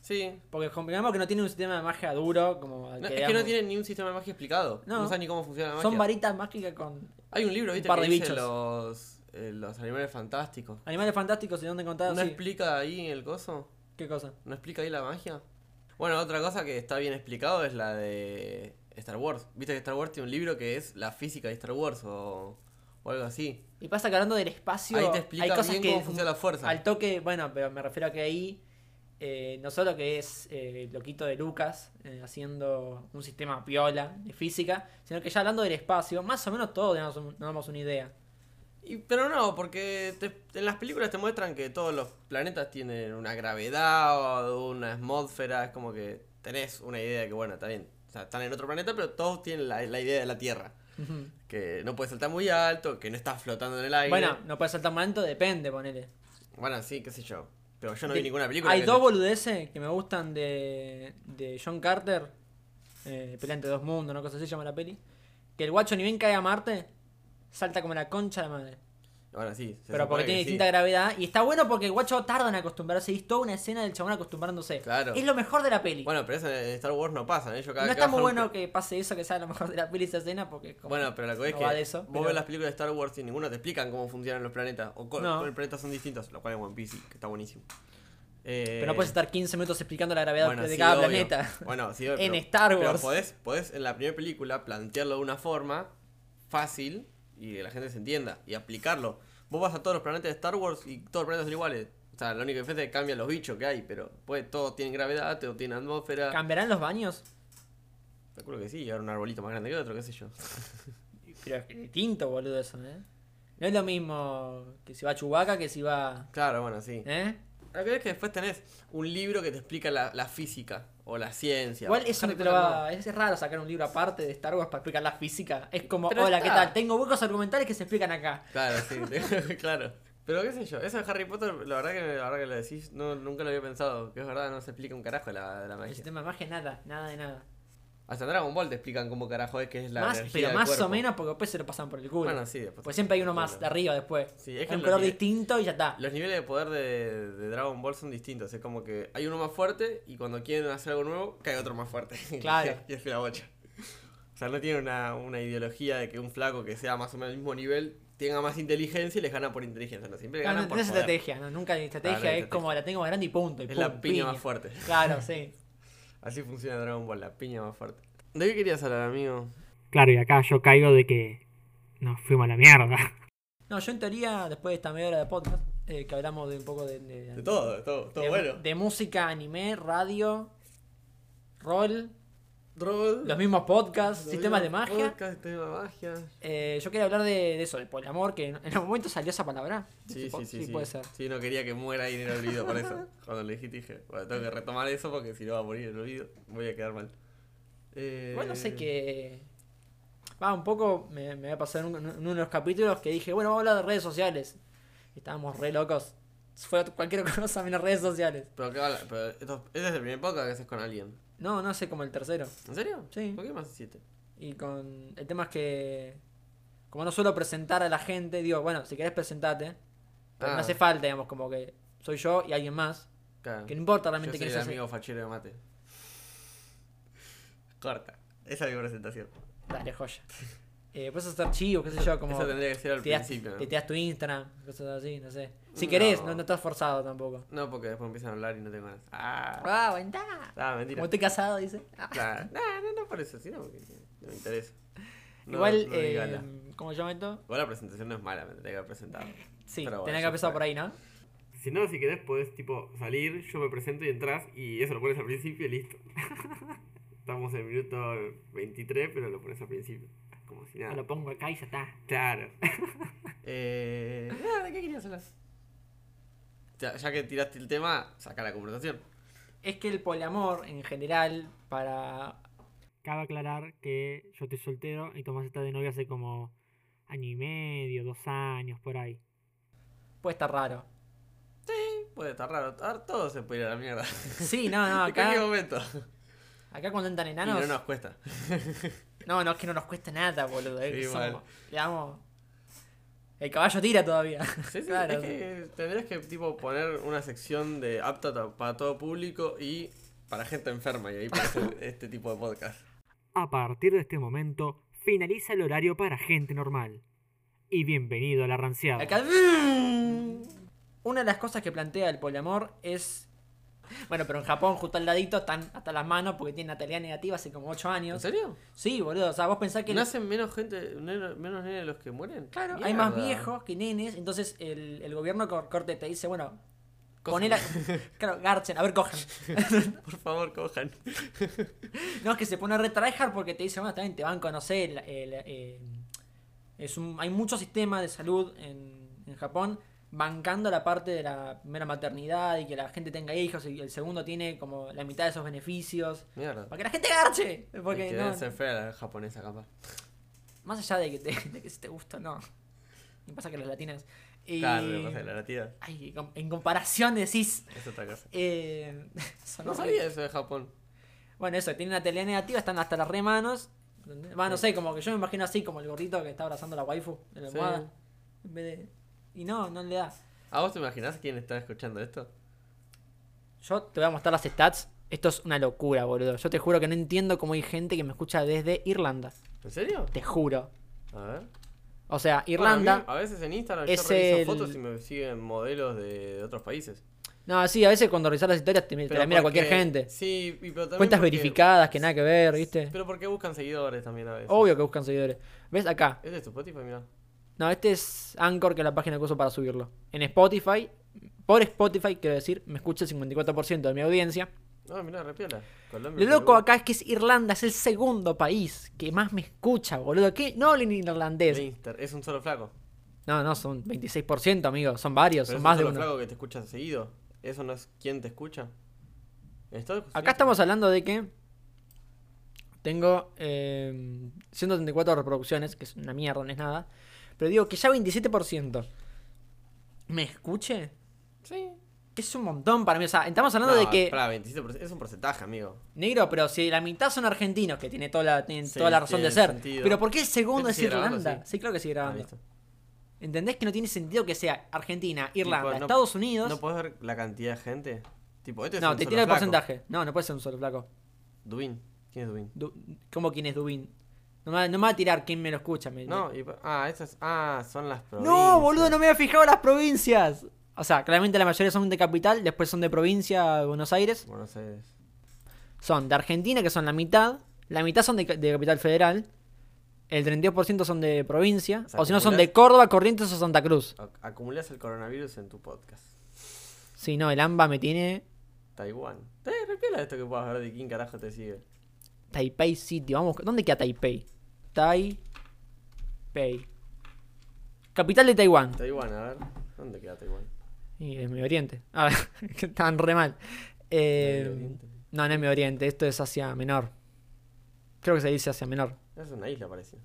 [SPEAKER 2] Sí.
[SPEAKER 1] Porque convengamos que no tiene un sistema de magia duro, como al
[SPEAKER 2] No,
[SPEAKER 1] que
[SPEAKER 2] es que no
[SPEAKER 1] digamos,
[SPEAKER 2] tiene ni un sistema de magia explicado. No,
[SPEAKER 1] No.
[SPEAKER 2] sabe ni cómo funciona la magia.
[SPEAKER 1] Son varitas mágicas con
[SPEAKER 2] Hay un libro, ¿viste?
[SPEAKER 1] par
[SPEAKER 2] que
[SPEAKER 1] de
[SPEAKER 2] dice
[SPEAKER 1] bichos.
[SPEAKER 2] los, eh, los animales fantásticos.
[SPEAKER 1] animales fantásticos y dónde encontrar.
[SPEAKER 2] ¿No
[SPEAKER 1] Ah, sí.
[SPEAKER 2] explica ahí el coso?
[SPEAKER 1] ¿Qué cosa?
[SPEAKER 2] ¿No explica ahí la magia? Bueno, otra cosa que está bien explicado es la de Star Wars. Viste que Star Wars tiene un libro que es la física de Star Wars o, o algo así.
[SPEAKER 1] Y pasa que hablando del espacio,
[SPEAKER 2] Ahí te
[SPEAKER 1] hay
[SPEAKER 2] explica
[SPEAKER 1] cosas
[SPEAKER 2] bien
[SPEAKER 1] que
[SPEAKER 2] cómo funciona la fuerza.
[SPEAKER 1] al toque, bueno, pero me refiero a que ahí, eh, no solo que es eh, el loquito de Lucas eh, haciendo un sistema piola de física, sino que ya hablando del espacio, más o menos todos tenemos un- nos damos una idea.
[SPEAKER 2] Y- pero no, porque te- en las películas te muestran que todos los planetas tienen una gravedad o una atmósfera. Es como que tenés una idea de que, bueno, está bien. O sea, están en otro planeta, pero todos tienen la, la idea de la Tierra.
[SPEAKER 1] Ujú.
[SPEAKER 2] Que no puedes saltar muy alto, que no estás flotando en el aire.
[SPEAKER 1] Bueno, no puede saltar momento, depende, ponele.
[SPEAKER 2] Bueno, sí, qué sé yo. Pero yo no
[SPEAKER 1] De-
[SPEAKER 2] vi ninguna película.
[SPEAKER 1] Hay
[SPEAKER 2] que-
[SPEAKER 1] dos boludeces que me gustan de, de John Carter, eh, Pelea entre dos mundos, una cosa así se llama la peli, que el guacho ni bien cae a Marte, salta como la concha de la madre.
[SPEAKER 2] Bueno, sí. se
[SPEAKER 1] Pero
[SPEAKER 2] supone
[SPEAKER 1] porque
[SPEAKER 2] que
[SPEAKER 1] tiene
[SPEAKER 2] sí.
[SPEAKER 1] distinta gravedad. Y está bueno porque el guacho tarda en acostumbrarse. Y es toda una escena del chabón acostumbrándose.
[SPEAKER 2] Claro.
[SPEAKER 1] Es lo mejor de la peli.
[SPEAKER 2] Bueno, pero eso en Star Wars no pasa. ¿eh? Yo cada-
[SPEAKER 1] no
[SPEAKER 2] cada
[SPEAKER 1] está muy
[SPEAKER 2] fan-
[SPEAKER 1] bueno que pase eso, que sea lo mejor de la peli esa escena. Porque es como-
[SPEAKER 2] Bueno, pero la cosa es
[SPEAKER 1] no
[SPEAKER 2] que
[SPEAKER 1] va de eso,
[SPEAKER 2] vos
[SPEAKER 1] pero-
[SPEAKER 2] ves las películas de Star Wars y ninguno te explican cómo funcionan los planetas. O co-
[SPEAKER 1] No.
[SPEAKER 2] los planetas son distintos, lo cual en One Piece sí, que está buenísimo. Eh,
[SPEAKER 1] Pero no puedes estar 15 minutos explicando la gravedad
[SPEAKER 2] bueno,
[SPEAKER 1] de
[SPEAKER 2] sí,
[SPEAKER 1] cada
[SPEAKER 2] obvio.
[SPEAKER 1] planeta.
[SPEAKER 2] Bueno, sí,
[SPEAKER 1] En
[SPEAKER 2] pero-
[SPEAKER 1] Star Wars.
[SPEAKER 2] Pero podés, podés en la primera película plantearlo de una forma fácil y que la gente se entienda y aplicarlo. Vos vas a todos los planetas de Star Wars y todos los planetas son iguales. O sea, la única diferencia es que cambian los bichos que hay, pero pues, todos tienen gravedad, todos tienen atmósfera.
[SPEAKER 1] ¿Cambiarán los baños?
[SPEAKER 2] Calculo que sí, y ahora un arbolito más grande que otro, qué sé yo.
[SPEAKER 1] Pero es distinto, boludo, eso, ¿eh? No es lo mismo que si va Chubaca que si va.
[SPEAKER 2] Claro, bueno, sí.
[SPEAKER 1] ¿Eh?
[SPEAKER 2] La verdad es Ah, que después tenés un libro que te explica la, la física o la ciencia.
[SPEAKER 1] Igual
[SPEAKER 2] o-
[SPEAKER 1] eso no
[SPEAKER 2] Harry
[SPEAKER 1] te lo
[SPEAKER 2] Potter
[SPEAKER 1] va- Es raro sacar un libro aparte de Star Wars para explicar la física. Es como,
[SPEAKER 2] Pero
[SPEAKER 1] hola,
[SPEAKER 2] está.
[SPEAKER 1] ¿qué tal? Tengo huecos argumentales que se explican acá.
[SPEAKER 2] no. Claro, sí, claro. Pero qué sé yo, eso de Harry Potter, la verdad que ahora que lo decís, no, nunca lo había pensado. Que es verdad, no se explica un carajo la, de la
[SPEAKER 1] El
[SPEAKER 2] magia.
[SPEAKER 1] sistema de magia, nada, nada de nada.
[SPEAKER 2] Hasta en Dragon Ball te explican cómo carajo es que es la
[SPEAKER 1] más,
[SPEAKER 2] energía
[SPEAKER 1] pero
[SPEAKER 2] del
[SPEAKER 1] más o
[SPEAKER 2] cuerpo.
[SPEAKER 1] menos porque después se lo pasan por el culo.
[SPEAKER 2] Bueno, sí, después.
[SPEAKER 1] pues siempre hay uno más
[SPEAKER 2] Bueno.
[SPEAKER 1] de arriba después.
[SPEAKER 2] Sí, es
[SPEAKER 1] Hay
[SPEAKER 2] que
[SPEAKER 1] un
[SPEAKER 2] lo
[SPEAKER 1] color
[SPEAKER 2] que-
[SPEAKER 1] distinto y ya está.
[SPEAKER 2] Los niveles de poder de, de Dragon Ball son distintos. Es como que hay uno más fuerte y cuando quieren hacer algo nuevo, cae otro más fuerte.
[SPEAKER 1] Claro.
[SPEAKER 2] y es la bocha. O sea, no tiene una, una ideología de que un flaco que sea más o menos del mismo nivel tenga más inteligencia y les gana por inteligencia. No, siempre
[SPEAKER 1] Claro,
[SPEAKER 2] ganan
[SPEAKER 1] no
[SPEAKER 2] por
[SPEAKER 1] tenés
[SPEAKER 2] poder.
[SPEAKER 1] estrategia, no, nunca hay estrategia,
[SPEAKER 2] Claro, no hay
[SPEAKER 1] es como la tengo más grande y punto. y
[SPEAKER 2] Es
[SPEAKER 1] pum,
[SPEAKER 2] la piña, más fuerte.
[SPEAKER 1] Claro, sí.
[SPEAKER 2] Así funciona Dragon Ball, la piña más fuerte. ¿De qué querías hablar, amigo?
[SPEAKER 3] Claro, y acá yo caigo de que nos fuimos a la mierda.
[SPEAKER 1] No, yo en teoría, después de esta media hora de podcast, eh, que hablamos de un poco de. De,
[SPEAKER 2] De todo, de todo, todo
[SPEAKER 1] de-
[SPEAKER 2] bueno.
[SPEAKER 1] de música, anime, radio, rol,
[SPEAKER 2] Roll.
[SPEAKER 1] los mismos podcasts, sistemas de magia.
[SPEAKER 2] podcast, sistema de magia.
[SPEAKER 1] Eh, yo quería hablar de, de eso, del poliamor, que en en algún momento salió esa palabra.
[SPEAKER 2] Sí,
[SPEAKER 1] Supo-
[SPEAKER 2] sí, sí, sí.
[SPEAKER 1] puede ser.
[SPEAKER 2] Sí, no quería que muera ahí en el olvido por eso. Cuando le dijiste dije, bueno, tengo que retomar eso porque si no va a morir en el olvido, voy a quedar mal. Eh,
[SPEAKER 1] Bueno, sé que. Va, un poco me, me va a pasar en un- en uno de los capítulos que dije, bueno, vamos a hablar de redes sociales. Y estábamos re locos. Fue cualquier cosa menos redes sociales.
[SPEAKER 2] Pero, qué bala- pero esto- este es el primer podcast que haces con alguien.
[SPEAKER 1] No, no sé, como el tercero.
[SPEAKER 2] ¿En serio?
[SPEAKER 1] Sí.
[SPEAKER 2] ¿Por qué más hiciste?
[SPEAKER 1] Y con. El tema es que. Como no suelo presentar a la gente, digo, bueno, si querés presentate. Pero no
[SPEAKER 2] Ah.
[SPEAKER 1] hace falta, digamos, como que soy yo y alguien más.
[SPEAKER 2] Claro.
[SPEAKER 1] Que no importa
[SPEAKER 2] Yo
[SPEAKER 1] realmente
[SPEAKER 2] soy
[SPEAKER 1] quién
[SPEAKER 2] el
[SPEAKER 1] es
[SPEAKER 2] amigo fachero de mate. Corta. Esa es mi presentación.
[SPEAKER 1] Dale, joya. Eh, puedes hacer chivos, qué sé yo, como.
[SPEAKER 2] Esa tendría que ser al
[SPEAKER 1] te das,
[SPEAKER 2] principio. ¿no?
[SPEAKER 1] te das tu Instagram, cosas así, no sé. Si
[SPEAKER 2] No.
[SPEAKER 1] querés, no, no estás forzado tampoco.
[SPEAKER 2] No, porque después empiezan a hablar y no tengo ganas. Ah,
[SPEAKER 1] Ah, aguantá.
[SPEAKER 2] ah mentira.
[SPEAKER 1] Como estoy casado, dice. Ah.
[SPEAKER 2] Claro. No, no, no por eso, sino porque no me interesa. No,
[SPEAKER 1] Igual,
[SPEAKER 2] no doy gala.
[SPEAKER 1] eh, ¿cómo se llama esto?
[SPEAKER 2] Igual la presentación no es mala, me tendría que haber presentado.
[SPEAKER 1] Sí,
[SPEAKER 2] Pero bueno,
[SPEAKER 1] tenés que
[SPEAKER 2] ya
[SPEAKER 1] empezar
[SPEAKER 2] fue.
[SPEAKER 1] por ahí, ¿no?
[SPEAKER 4] Si no, si querés, podés tipo salir, yo me presento y entras y eso lo pones al principio y listo. Estamos en el minuto 23, pero lo pones al principio. Como si nada.
[SPEAKER 3] Lo pongo acá y ya está.
[SPEAKER 4] Claro.
[SPEAKER 2] Eh, nada, ¿de qué querías hablar? Ya, ya que tiraste el tema, saca la conversación.
[SPEAKER 1] Es que el poliamor, en general, para.
[SPEAKER 3] Cabe aclarar que yo estoy soltero y Tomás está de novia hace como año y medio, dos años, por ahí.
[SPEAKER 1] puede estar raro.
[SPEAKER 2] Puede estar raro, ah, todo se puede ir a la mierda.
[SPEAKER 1] Sí, no, no,
[SPEAKER 2] en cualquier
[SPEAKER 1] acá.
[SPEAKER 2] momento.
[SPEAKER 1] Acá cuando entran
[SPEAKER 2] y no
[SPEAKER 1] enanos.
[SPEAKER 2] nos cuesta.
[SPEAKER 1] No, no, es que no nos cuesta nada, boludo. eh,
[SPEAKER 2] Sí,
[SPEAKER 1] que
[SPEAKER 2] mal.
[SPEAKER 1] somos- le damos- El caballo tira todavía.
[SPEAKER 2] Sí, sí,
[SPEAKER 1] Claro.
[SPEAKER 2] es que tendrías que tipo poner una sección de apta to- para todo público y para gente enferma y ahí parece este tipo de podcast.
[SPEAKER 3] A partir de este momento, finaliza el horario para gente normal. Y bienvenido a la ranciada.
[SPEAKER 1] Acá- Una de las cosas que plantea el poliamor es Bueno, pero en Japón, justo al ladito, están hasta las manos porque tienen natalidad negativa hace como 8
[SPEAKER 2] ¿En
[SPEAKER 1] años.
[SPEAKER 2] serio?
[SPEAKER 1] Sí, boludo. O sea, vos pensás que. los-
[SPEAKER 2] ¿Nacen menos gente, nero- menos nenes de los que mueren?
[SPEAKER 1] Claro, hay más
[SPEAKER 2] Mierda.
[SPEAKER 1] viejos que nenes. Entonces el, el gobierno cor- corte te dice, bueno,
[SPEAKER 2] Cojan.
[SPEAKER 1] poner a. Claro, garchen, a ver, cojan.
[SPEAKER 2] Por favor, cojan.
[SPEAKER 1] No, es que se pone a retryhard porque te dice, bueno, también te banco, no sé. el- el- eh, es un, hay muchos sistemas de salud en, en Japón bancando la parte de la primera maternidad y que la gente tenga hijos y el segundo tiene como la mitad de esos beneficios.
[SPEAKER 2] Mierda.
[SPEAKER 1] Para que la gente garche. Porque
[SPEAKER 2] Es que
[SPEAKER 1] no-
[SPEAKER 2] deben ser feas las japonesas, capaz.
[SPEAKER 1] más allá de que, te, de que si te gusta, no. Me pasa que las latinas. Y,
[SPEAKER 2] Claro, lo que pasa es que la latida.
[SPEAKER 1] ay, com- en comparación decís.
[SPEAKER 2] Es otra cosa.
[SPEAKER 1] eh, son
[SPEAKER 2] No
[SPEAKER 1] horribles.
[SPEAKER 2] sabía eso de Japón.
[SPEAKER 1] Bueno, eso, tienen una tele negativa, están hasta las remanos. Va, no sé, como que yo me imagino así, como el gorrito que está abrazando a la waifu de la
[SPEAKER 2] Sí.
[SPEAKER 1] almohada. En vez de- Y no, no le da.
[SPEAKER 2] ¿A vos te imaginás quién está escuchando esto?
[SPEAKER 1] Yo te voy a mostrar las stats. Esto es una locura, boludo. Yo te juro que no entiendo cómo hay gente que me escucha desde Irlanda.
[SPEAKER 2] ¿En serio?
[SPEAKER 1] Te juro.
[SPEAKER 2] A ver.
[SPEAKER 1] O sea,
[SPEAKER 2] Bueno, a mí,
[SPEAKER 1] Irlanda.
[SPEAKER 2] a veces en Instagram
[SPEAKER 1] es
[SPEAKER 2] yo reviso
[SPEAKER 1] el-
[SPEAKER 2] fotos y me siguen modelos de, de otros países.
[SPEAKER 1] No, sí, a veces cuando revisas las historias te, te
[SPEAKER 2] Pero
[SPEAKER 1] la mira cualquier
[SPEAKER 2] porque-
[SPEAKER 1] gente.
[SPEAKER 2] Sí, y pero también
[SPEAKER 1] Cuentas
[SPEAKER 2] porque-
[SPEAKER 1] verificadas que nada que ver, ¿viste? Oh.
[SPEAKER 2] Pero porque buscan seguidores también a veces.
[SPEAKER 1] Obvio que buscan seguidores. ¿Ves acá?
[SPEAKER 2] ¿Es de tu Spotify? Mirá.
[SPEAKER 1] No, este es Anchor, que es la página que uso para subirlo. En Spotify, por Spotify, quiero decir, me escucha el 54% de mi audiencia.
[SPEAKER 2] No, mirá, repiola. Colombia.
[SPEAKER 1] Lo loco
[SPEAKER 2] Perú.
[SPEAKER 1] acá es que es Irlanda es el segundo país que más me escucha, boludo. ¿Qué? No hablen irlandés.
[SPEAKER 2] Leinster. Es un solo flaco.
[SPEAKER 1] No, no, son 26%, amigo. Son varios,
[SPEAKER 2] Pero
[SPEAKER 1] son
[SPEAKER 2] es
[SPEAKER 1] más
[SPEAKER 2] un
[SPEAKER 1] de
[SPEAKER 2] solo
[SPEAKER 1] uno.
[SPEAKER 2] flaco que te escucha seguido. Eso no es quién te escucha. En Estados
[SPEAKER 1] Acá
[SPEAKER 2] Unidos-
[SPEAKER 1] estamos hablando de que tengo eh, 134 reproducciones, que es una mierda, no es nada. Pero digo que ya 27% me escuche.
[SPEAKER 2] Sí.
[SPEAKER 1] Es un montón para mí. O sea, estamos hablando
[SPEAKER 2] No,
[SPEAKER 1] de que.
[SPEAKER 2] pará, 27% es un porcentaje, amigo.
[SPEAKER 1] Negro, pero si la mitad son argentinos, que tiene toda la, tienen
[SPEAKER 2] Sí,
[SPEAKER 1] toda la razón de
[SPEAKER 2] tiene
[SPEAKER 1] ser.
[SPEAKER 2] sentido.
[SPEAKER 1] Pero ¿por qué el segundo
[SPEAKER 2] Este
[SPEAKER 1] es
[SPEAKER 2] sigue grabando,
[SPEAKER 1] Irlanda?
[SPEAKER 2] sí.
[SPEAKER 1] Sí, claro que sigue
[SPEAKER 2] Ah,
[SPEAKER 1] grabando.
[SPEAKER 2] listo.
[SPEAKER 1] ¿Entendés que no tiene sentido que sea Argentina, Irlanda,
[SPEAKER 2] Tipo, no-
[SPEAKER 1] Estados Unidos?
[SPEAKER 2] ¿No podés ver la cantidad de gente? Tipo, este es
[SPEAKER 1] No,
[SPEAKER 2] un
[SPEAKER 1] te
[SPEAKER 2] solo
[SPEAKER 1] tira el
[SPEAKER 2] flaco.
[SPEAKER 1] porcentaje. No, no puede ser un solo flaco.
[SPEAKER 2] Dubín. ¿Quién es Dubín?
[SPEAKER 1] Du- ¿Cómo quién es Dubín? No me, va- no me va a tirar quién me lo escucha. me-
[SPEAKER 2] No, y- ah, esas. Ah, son las provincias.
[SPEAKER 1] No, boludo, no me había fijado las provincias. O sea, claramente la mayoría son de capital, después son de provincia, Buenos Aires.
[SPEAKER 2] Buenos Aires.
[SPEAKER 1] Son de Argentina, que son la mitad. La mitad son de, ca- de capital federal. El 32% son de provincia.
[SPEAKER 2] O sea,
[SPEAKER 1] o si no, son
[SPEAKER 2] acumulás-
[SPEAKER 1] de Córdoba, Corrientes o Santa Cruz.
[SPEAKER 2] Acumulas el coronavirus en tu podcast.
[SPEAKER 1] Si no, el AMBA me tiene
[SPEAKER 2] Taiwán. Te repiola esto que puedas ver de quién carajo te sigue.
[SPEAKER 1] Taipei City. Vamos, ¿dónde queda Taipei? Taipei. Capital de Taiwán.
[SPEAKER 2] Taiwán, a ver. ¿Dónde queda Taiwán?
[SPEAKER 1] Y es Medio Oriente. Ah, que estaban re mal. Eh,
[SPEAKER 2] Medio Oriente.
[SPEAKER 1] no, no es Medio Oriente. Esto es Asia Menor. Creo que se dice Asia Menor.
[SPEAKER 2] Es una isla, parece.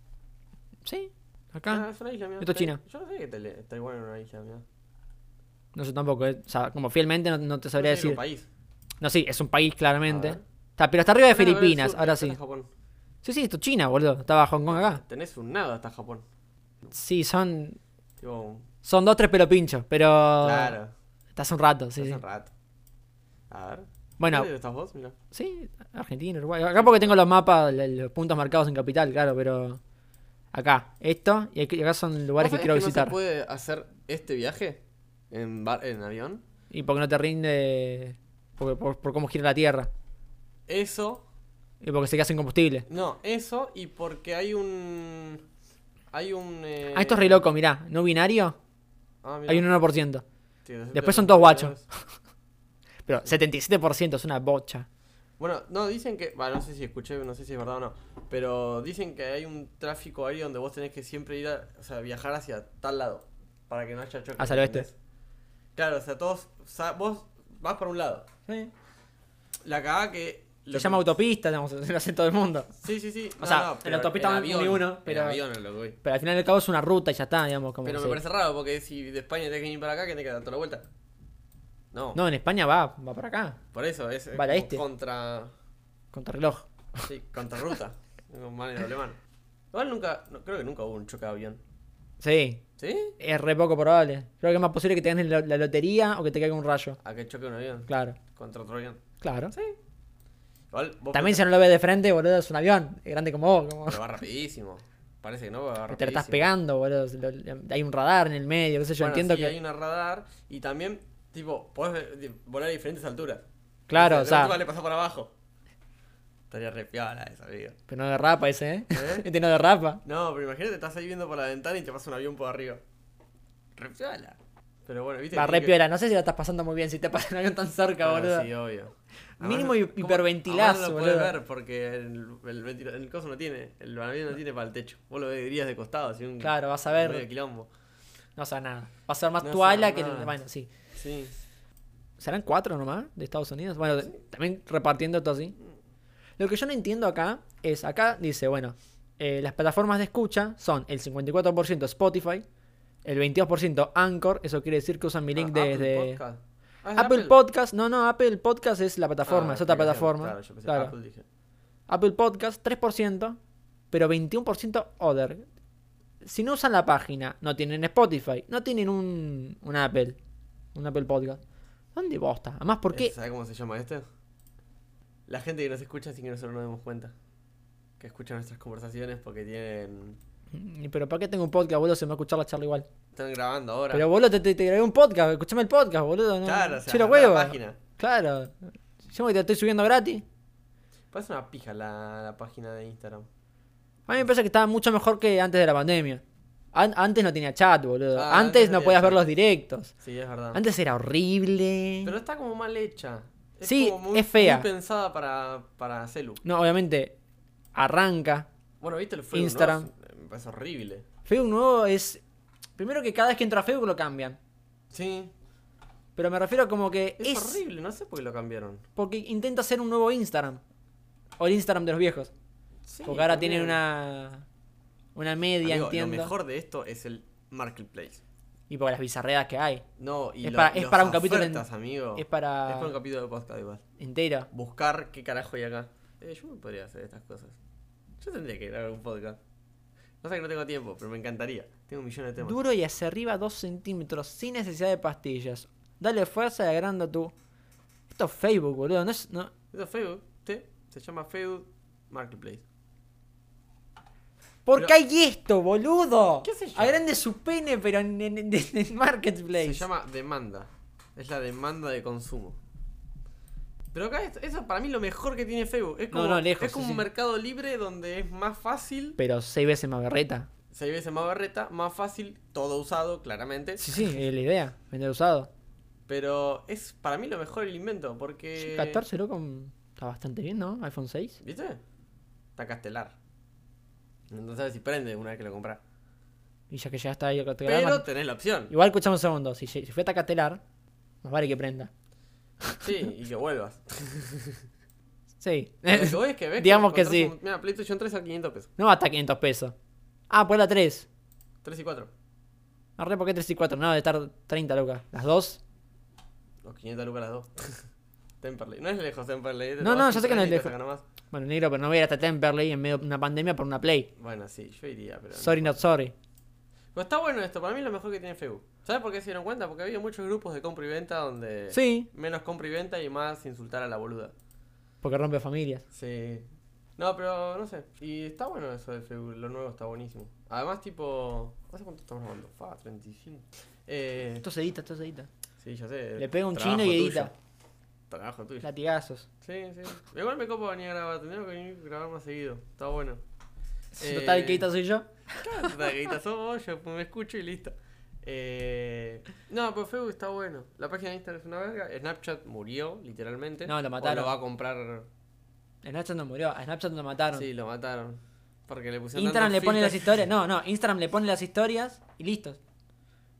[SPEAKER 1] Sí,
[SPEAKER 2] Ah,
[SPEAKER 1] acá.
[SPEAKER 2] es una isla, mira.
[SPEAKER 1] Esto es
[SPEAKER 2] Tai-
[SPEAKER 1] China.
[SPEAKER 2] Yo no sabía que Tele- Taiwán era una isla, mira.
[SPEAKER 1] No sé tampoco. eh. O sea, como fielmente no, no te sabría
[SPEAKER 2] Es un
[SPEAKER 1] decir.
[SPEAKER 2] país.
[SPEAKER 1] No, sí, es un país
[SPEAKER 2] A
[SPEAKER 1] claramente.
[SPEAKER 2] ver.
[SPEAKER 1] Está, pero está arriba de
[SPEAKER 2] Ah, no, era el
[SPEAKER 1] Filipinas,
[SPEAKER 2] sur,
[SPEAKER 1] ahora
[SPEAKER 2] está
[SPEAKER 1] sí.
[SPEAKER 2] Japón.
[SPEAKER 1] Sí, sí, esto es China, boludo. Estaba Hong Kong acá.
[SPEAKER 2] Tenés un nado hasta Japón.
[SPEAKER 1] Sí, son.
[SPEAKER 2] Tipo, un-
[SPEAKER 1] Son dos, tres pelo pincho, pero.
[SPEAKER 2] claro.
[SPEAKER 1] Está hace un rato, Ah, sí.
[SPEAKER 2] Hace
[SPEAKER 1] sí.
[SPEAKER 2] un rato. Eh, A ver.
[SPEAKER 1] Bueno,
[SPEAKER 2] ¿Dónde estás vos? Mira.
[SPEAKER 1] Sí, Argentina, Uruguay. Acá porque tengo los mapas, la- los puntos marcados en capital, claro, pero. Acá, esto, y aquí- acá son lugares
[SPEAKER 2] ¿Vos
[SPEAKER 1] que
[SPEAKER 2] sabés
[SPEAKER 1] quiero visitar.
[SPEAKER 2] No se puede hacer este viaje en, bar- en avión.
[SPEAKER 1] Y porque no te rinde. Porque, por, por cómo gira la Tierra.
[SPEAKER 2] Eso.
[SPEAKER 1] Y porque se queda sin combustible.
[SPEAKER 2] No, eso y porque hay un. Hay un. eh,
[SPEAKER 1] Ah, esto es re loco, mirá. No binario,
[SPEAKER 2] ah, mirá.
[SPEAKER 1] hay un 1%.
[SPEAKER 2] Sí, los
[SPEAKER 1] después son
[SPEAKER 2] otros
[SPEAKER 1] todos guachos.
[SPEAKER 2] jugadores.
[SPEAKER 1] Pero 77% es una bocha.
[SPEAKER 2] Bueno, no, dicen que. Bueno, no sé si escuché, no sé si es verdad o no. Pero dicen que hay un tráfico aéreo donde vos tenés que siempre ir a. O sea, viajar hacia tal lado. Para que no haya choque.
[SPEAKER 1] Ah, Hacia el oeste.
[SPEAKER 2] ¿entendés? Claro, o sea, todos. sa- vos vas para un lado. La cagada que.
[SPEAKER 1] Se
[SPEAKER 2] lo
[SPEAKER 1] llama
[SPEAKER 2] que-
[SPEAKER 1] autopista, digamos, lo hace todo el mundo.
[SPEAKER 2] Sí, sí, sí.
[SPEAKER 1] O sea, en la autopista
[SPEAKER 2] en
[SPEAKER 1] van uno y
[SPEAKER 2] avión,
[SPEAKER 1] uno, pero-
[SPEAKER 2] En avión es lo que voy.
[SPEAKER 1] Pero al final y al cabo es una ruta y ya está, digamos. Como
[SPEAKER 2] Pero
[SPEAKER 1] que
[SPEAKER 2] me
[SPEAKER 1] se-
[SPEAKER 2] parece raro porque si de España tenés que venir para acá, que tenés que dar toda la vuelta. No,
[SPEAKER 1] No, en España va, va para acá,
[SPEAKER 2] por eso es, es
[SPEAKER 1] Para
[SPEAKER 2] como
[SPEAKER 1] este.
[SPEAKER 2] contra.
[SPEAKER 1] contra reloj.
[SPEAKER 2] Sí, contra ruta. Un mal en alemán. Igual nunca, no, creo que nunca hubo un choque de avión.
[SPEAKER 1] Sí,
[SPEAKER 2] ¿Sí?
[SPEAKER 1] Es re poco probable. Creo que es más posible que te ganes la, la lotería o que te caiga un rayo.
[SPEAKER 2] A que choque un avión.
[SPEAKER 1] Claro,
[SPEAKER 2] Contra otro avión.
[SPEAKER 1] claro.
[SPEAKER 2] Sí. Igual vos
[SPEAKER 1] También si
[SPEAKER 2] pensás-
[SPEAKER 1] no lo ves de frente, boludo, es un avión. Es grande como vos. Como...
[SPEAKER 2] Pero va rapidísimo. Parece que no, pero va
[SPEAKER 1] Te lo
[SPEAKER 2] rapidísimo.
[SPEAKER 1] estás pegando, boludo. se lo- Hay un radar en el medio, qué sé yo.
[SPEAKER 2] Bueno,
[SPEAKER 1] entiendo
[SPEAKER 2] sí,
[SPEAKER 1] que...
[SPEAKER 2] eh, hay una radar y también, tipo, podés ve- di- volar a diferentes alturas.
[SPEAKER 1] Claro,
[SPEAKER 2] La
[SPEAKER 1] o sea,
[SPEAKER 2] última le pasó para abajo. Estaría re piola esa, amigo.
[SPEAKER 1] pero no derrapa ese, ¿eh?
[SPEAKER 2] ¿Eh?
[SPEAKER 1] Este no derrapa.
[SPEAKER 2] No, pero imagínate, estás ahí viendo por la ventana y te pasa un avión por arriba. Re piola. Pero bueno, viste.
[SPEAKER 1] Va
[SPEAKER 2] Este Tiene
[SPEAKER 1] re
[SPEAKER 2] que-
[SPEAKER 1] piola, no sé si la estás pasando muy bien si te pasa un avión tan cerca,
[SPEAKER 2] Ah,
[SPEAKER 1] boludo.
[SPEAKER 2] Sí, obvio.
[SPEAKER 1] Mínimo
[SPEAKER 2] Además,
[SPEAKER 1] hi-
[SPEAKER 2] ¿cómo-
[SPEAKER 1] hiperventilazo,
[SPEAKER 2] además no lo
[SPEAKER 1] boludo.
[SPEAKER 2] puedes ver porque el, el, ventila- el coso no tiene, el avión no tiene para el techo. Vos lo verías de costado, así un
[SPEAKER 1] Claro, vas a
[SPEAKER 2] medio
[SPEAKER 1] ver.
[SPEAKER 2] quilombo.
[SPEAKER 1] No sea nada. Va a ser más
[SPEAKER 2] No se va
[SPEAKER 1] toalla que.
[SPEAKER 2] nada.
[SPEAKER 1] Bueno, sí.
[SPEAKER 2] Sí.
[SPEAKER 1] ¿Serán cuatro nomás de Estados Unidos? Bueno, también repartiendo todo así. Lo que yo no entiendo acá es, acá dice, bueno, eh, las plataformas de escucha son el 54% Spotify, el 22% Anchor, eso quiere decir que usan mi link
[SPEAKER 2] Ah,
[SPEAKER 1] desde... Apple
[SPEAKER 2] Apple Podcast. Ah,
[SPEAKER 1] Podcast.
[SPEAKER 2] es Apple.
[SPEAKER 1] no, no, Apple Podcast es la plataforma,
[SPEAKER 2] Ah,
[SPEAKER 1] es otra
[SPEAKER 2] aplicación.
[SPEAKER 1] plataforma.
[SPEAKER 2] Claro, yo pensé
[SPEAKER 1] Claro.
[SPEAKER 2] Apple, dije.
[SPEAKER 1] Apple Podcast 3%, pero 21% Other. Si no usan la página, no tienen Spotify, no tienen un, un Apple, un Apple Podcast. ¿Dónde bosta? Además, ¿por qué?
[SPEAKER 2] ¿Sabes cómo se llama este? La gente que nos escucha sin que nosotros nos demos cuenta. Que escucha nuestras conversaciones porque tienen.
[SPEAKER 1] Mm, Pero ¿para qué tengo un podcast, boludo? Se me va a escuchar la charla igual.
[SPEAKER 2] Están grabando ahora.
[SPEAKER 1] Pero boludo, te, te, te grabé un podcast, escuchame el podcast, boludo. ¿no?
[SPEAKER 2] claro, o sea,
[SPEAKER 1] Che, los
[SPEAKER 2] la
[SPEAKER 1] huevos.
[SPEAKER 2] página.
[SPEAKER 1] Claro. Yo que te estoy subiendo gratis.
[SPEAKER 2] Parece una pija la, la página de Instagram.
[SPEAKER 1] A mí me parece que estaba mucho mejor que antes de la pandemia. An- antes no tenía chat, boludo.
[SPEAKER 2] Ah,
[SPEAKER 1] antes
[SPEAKER 2] antes no
[SPEAKER 1] no
[SPEAKER 2] tenía
[SPEAKER 1] podías
[SPEAKER 2] chat.
[SPEAKER 1] ver los directos.
[SPEAKER 2] Sí, es verdad.
[SPEAKER 1] Antes era horrible.
[SPEAKER 2] Pero está como mal hecha.
[SPEAKER 1] Sí,
[SPEAKER 2] como
[SPEAKER 1] es fea.
[SPEAKER 2] Muy pensada para, para celu.
[SPEAKER 1] No, obviamente, arranca.
[SPEAKER 2] Bueno, ¿viste el Facebook? no?
[SPEAKER 1] Instagram.
[SPEAKER 2] Es- Me parece horrible.
[SPEAKER 1] Facebook nuevo es... Primero que cada vez que entra a Facebook lo cambian.
[SPEAKER 2] Sí.
[SPEAKER 1] Pero me refiero como que
[SPEAKER 2] Es,
[SPEAKER 1] es
[SPEAKER 2] horrible, no sé por qué lo cambiaron.
[SPEAKER 1] porque intenta hacer un nuevo Instagram. O el Instagram de los viejos.
[SPEAKER 2] Sí,
[SPEAKER 1] Porque ahora tienen
[SPEAKER 2] también.
[SPEAKER 1] una. Una media,
[SPEAKER 2] Amigo,
[SPEAKER 1] entiendo.
[SPEAKER 2] Lo mejor de esto es el marketplace.
[SPEAKER 1] Y por las bizarreadas que hay.
[SPEAKER 2] No, y
[SPEAKER 1] Es
[SPEAKER 2] lo-
[SPEAKER 1] para-
[SPEAKER 2] y
[SPEAKER 1] es
[SPEAKER 2] las
[SPEAKER 1] para un capítulo en-
[SPEAKER 2] ofertas, amigo.
[SPEAKER 1] es para-
[SPEAKER 2] Es para un capítulo de podcast igual.
[SPEAKER 1] Entero.
[SPEAKER 2] Este Buscar qué carajo hay acá. Eh, yo me podría hacer estas cosas. Yo tendría que grabar un podcast. No sé que no tengo tiempo, pero me encantaría. Tengo millones de temas.
[SPEAKER 1] Duro y hacia arriba 2 centímetros, sin necesidad de pastillas. Dale fuerza y agranda tu. Esto es Facebook, boludo. No es. No...
[SPEAKER 2] Eso es Facebook. ¿sí? Se llama Facebook Marketplace.
[SPEAKER 1] ¿Por
[SPEAKER 2] Pero-
[SPEAKER 1] qué hay esto, boludo?
[SPEAKER 2] ¿Qué sé yo?
[SPEAKER 1] Agrande su pene, pero en, en, en- en Marketplace.
[SPEAKER 2] Se llama demanda. Es la demanda de consumo. Pero acá es- eso para mí es lo mejor que tiene Facebook. Es como,
[SPEAKER 1] no, lejos,
[SPEAKER 2] es como
[SPEAKER 1] sí,
[SPEAKER 2] un
[SPEAKER 1] sí.
[SPEAKER 2] mercado libre donde es más fácil,
[SPEAKER 1] Pero 6 veces más berreta.
[SPEAKER 2] seis veces más barreta, más fácil, todo usado, claramente.
[SPEAKER 1] Sí, sí, es la idea. Vender usado.
[SPEAKER 2] Pero es para mí lo mejor el invento, porque...
[SPEAKER 1] Sí, 14, loco. mm, Está bastante bien, ¿no? iPhone 6.
[SPEAKER 2] ¿Viste? Está castelar. No sabes si prende una vez que lo compras.
[SPEAKER 1] Y ya que ya está ahí el
[SPEAKER 2] Pero
[SPEAKER 1] cartograma.
[SPEAKER 2] tenés la opción.
[SPEAKER 1] Igual escuchamos un segundo. Si, lle- si fue a Tacatelar, más vale que prenda.
[SPEAKER 2] Sí, y que vuelvas.
[SPEAKER 1] Sí.
[SPEAKER 2] A lo que voy es que ves
[SPEAKER 1] Digamos que
[SPEAKER 2] encontrás
[SPEAKER 1] sí.
[SPEAKER 2] un- Mira, PlayStation 3 a 500 pesos.
[SPEAKER 1] no hasta 500 pesos. Ah, por la 3.
[SPEAKER 2] 3 y 4.
[SPEAKER 1] Arre, ¿por qué 3 y 4? No, de estar 30 lucas. Las dos.
[SPEAKER 2] Los 500 lucas las dos. Temperley. No es lejos Temperley. te
[SPEAKER 1] No,
[SPEAKER 2] tomás
[SPEAKER 1] no,
[SPEAKER 2] un
[SPEAKER 1] yo sé que no es
[SPEAKER 2] tren y te
[SPEAKER 1] lejos.
[SPEAKER 2] sacan nomás.
[SPEAKER 1] Bueno, negro, pero no voy a ir hasta Temperley en medio de una pandemia por una Play.
[SPEAKER 2] Bueno, sí, yo iría, pero... no.
[SPEAKER 1] Sorry, not sorry.
[SPEAKER 2] Pero está bueno esto. Para mí es lo mejor que tiene Facebook. ¿Sabes por qué se dieron cuenta? Porque había muchos grupos de compra y venta donde...
[SPEAKER 1] Sí.
[SPEAKER 2] Menos compra y venta y más insultar a la boluda.
[SPEAKER 1] Porque rompe familias.
[SPEAKER 2] Sí. No, pero no sé. Y está bueno eso de Facebook. Lo nuevo está buenísimo. Además, tipo... ¿Hace cuánto estamos grabando? Fa, 35. Eh...
[SPEAKER 1] Esto se edita, esto se edita.
[SPEAKER 2] Sí, ya sé.
[SPEAKER 1] Le pega un
[SPEAKER 2] trabajo
[SPEAKER 1] chino y
[SPEAKER 2] tuyo.
[SPEAKER 1] edita.
[SPEAKER 2] Trabajo tuyo.
[SPEAKER 1] Latigazos.
[SPEAKER 2] Sí, sí. Igual me copa venir a grabar, tendríamos que venir a grabar más seguido. Está bueno. Eh,
[SPEAKER 1] Total, que edita soy yo.
[SPEAKER 2] claro, total, que edita sos vos, yo me escucho y listo. Eh, no, pero Facebook está bueno. La página de Instagram es una verga. Snapchat murió, literalmente.
[SPEAKER 1] No, lo
[SPEAKER 2] O
[SPEAKER 1] mataron.
[SPEAKER 2] lo va a comprar.
[SPEAKER 1] Snapchat no murió. A Snapchat lo mataron.
[SPEAKER 2] Sí, lo mataron. Porque le pusieron.
[SPEAKER 1] Instagram
[SPEAKER 2] tantos
[SPEAKER 1] le pone las
[SPEAKER 2] filtros.
[SPEAKER 1] historias. No, no. Instagram le pone las historias y listo.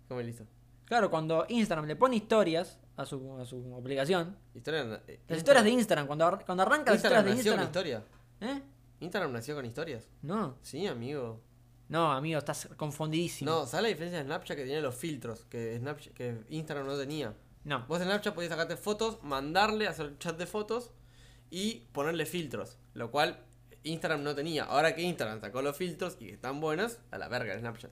[SPEAKER 2] ¿Cómo listo?
[SPEAKER 1] Claro, cuando Instagram le pone historias a su, a su aplicación.
[SPEAKER 2] Historia, eh,
[SPEAKER 1] Las historias de Instagram. Cuando, ar- cuando arranca las
[SPEAKER 2] Instagram
[SPEAKER 1] historias de
[SPEAKER 2] nació con
[SPEAKER 1] Instagram.
[SPEAKER 2] historia.
[SPEAKER 1] ¿Eh?
[SPEAKER 2] Instagram nació con historias.
[SPEAKER 1] No.
[SPEAKER 2] Sí, amigo.
[SPEAKER 1] No, amigo, estás confundidísimo.
[SPEAKER 2] No, ¿sabes la diferencia de Snapchat que tenía los filtros? Que, Snapchat, que Instagram no tenía.
[SPEAKER 1] No.
[SPEAKER 2] Vos en Snapchat podías sacarte fotos, mandarle, hacer chat de fotos y ponerle filtros, lo cual Instagram no tenía. Ahora que Instagram sacó los filtros y que están buenos, a la verga el Snapchat.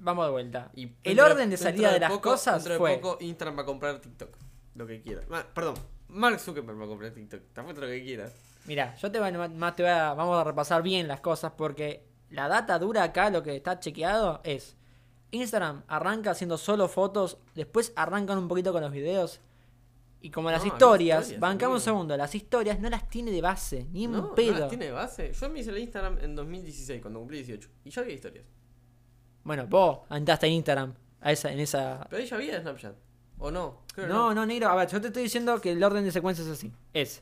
[SPEAKER 1] Vamos de vuelta.
[SPEAKER 2] Y
[SPEAKER 1] el
[SPEAKER 2] dentro
[SPEAKER 1] orden de
[SPEAKER 2] dentro
[SPEAKER 1] salida de, las
[SPEAKER 2] poco-
[SPEAKER 1] cosas
[SPEAKER 2] dentro de
[SPEAKER 1] fue.
[SPEAKER 2] poco Instagram va a comprar TikTok, lo que quiera. Ma- perdón, Mark Zuckerberg va a comprar TikTok, tampoco lo que quiera.
[SPEAKER 1] Mira, yo te voy, a- más te voy a, vamos a repasar bien las cosas porque la data dura acá, lo que está chequeado es Instagram arranca haciendo solo fotos, después arrancan un poquito con los videos, Y como las
[SPEAKER 2] No, había
[SPEAKER 1] historias,
[SPEAKER 2] historias,
[SPEAKER 1] bancame un
[SPEAKER 2] amigo.
[SPEAKER 1] segundo, las historias no las tiene de base, ni un
[SPEAKER 2] No, no
[SPEAKER 1] pedo.
[SPEAKER 2] las tiene de base. Yo me hice el Instagram en 2016, cuando cumplí 18. Y ya había historias.
[SPEAKER 1] Bueno, vos andaste en Instagram, a esa, en esa...
[SPEAKER 2] Pero ella había Snapchat. ¿O no? Creo que
[SPEAKER 1] No, no, negro, a ver, yo te estoy diciendo que el orden de secuencia es así. Es,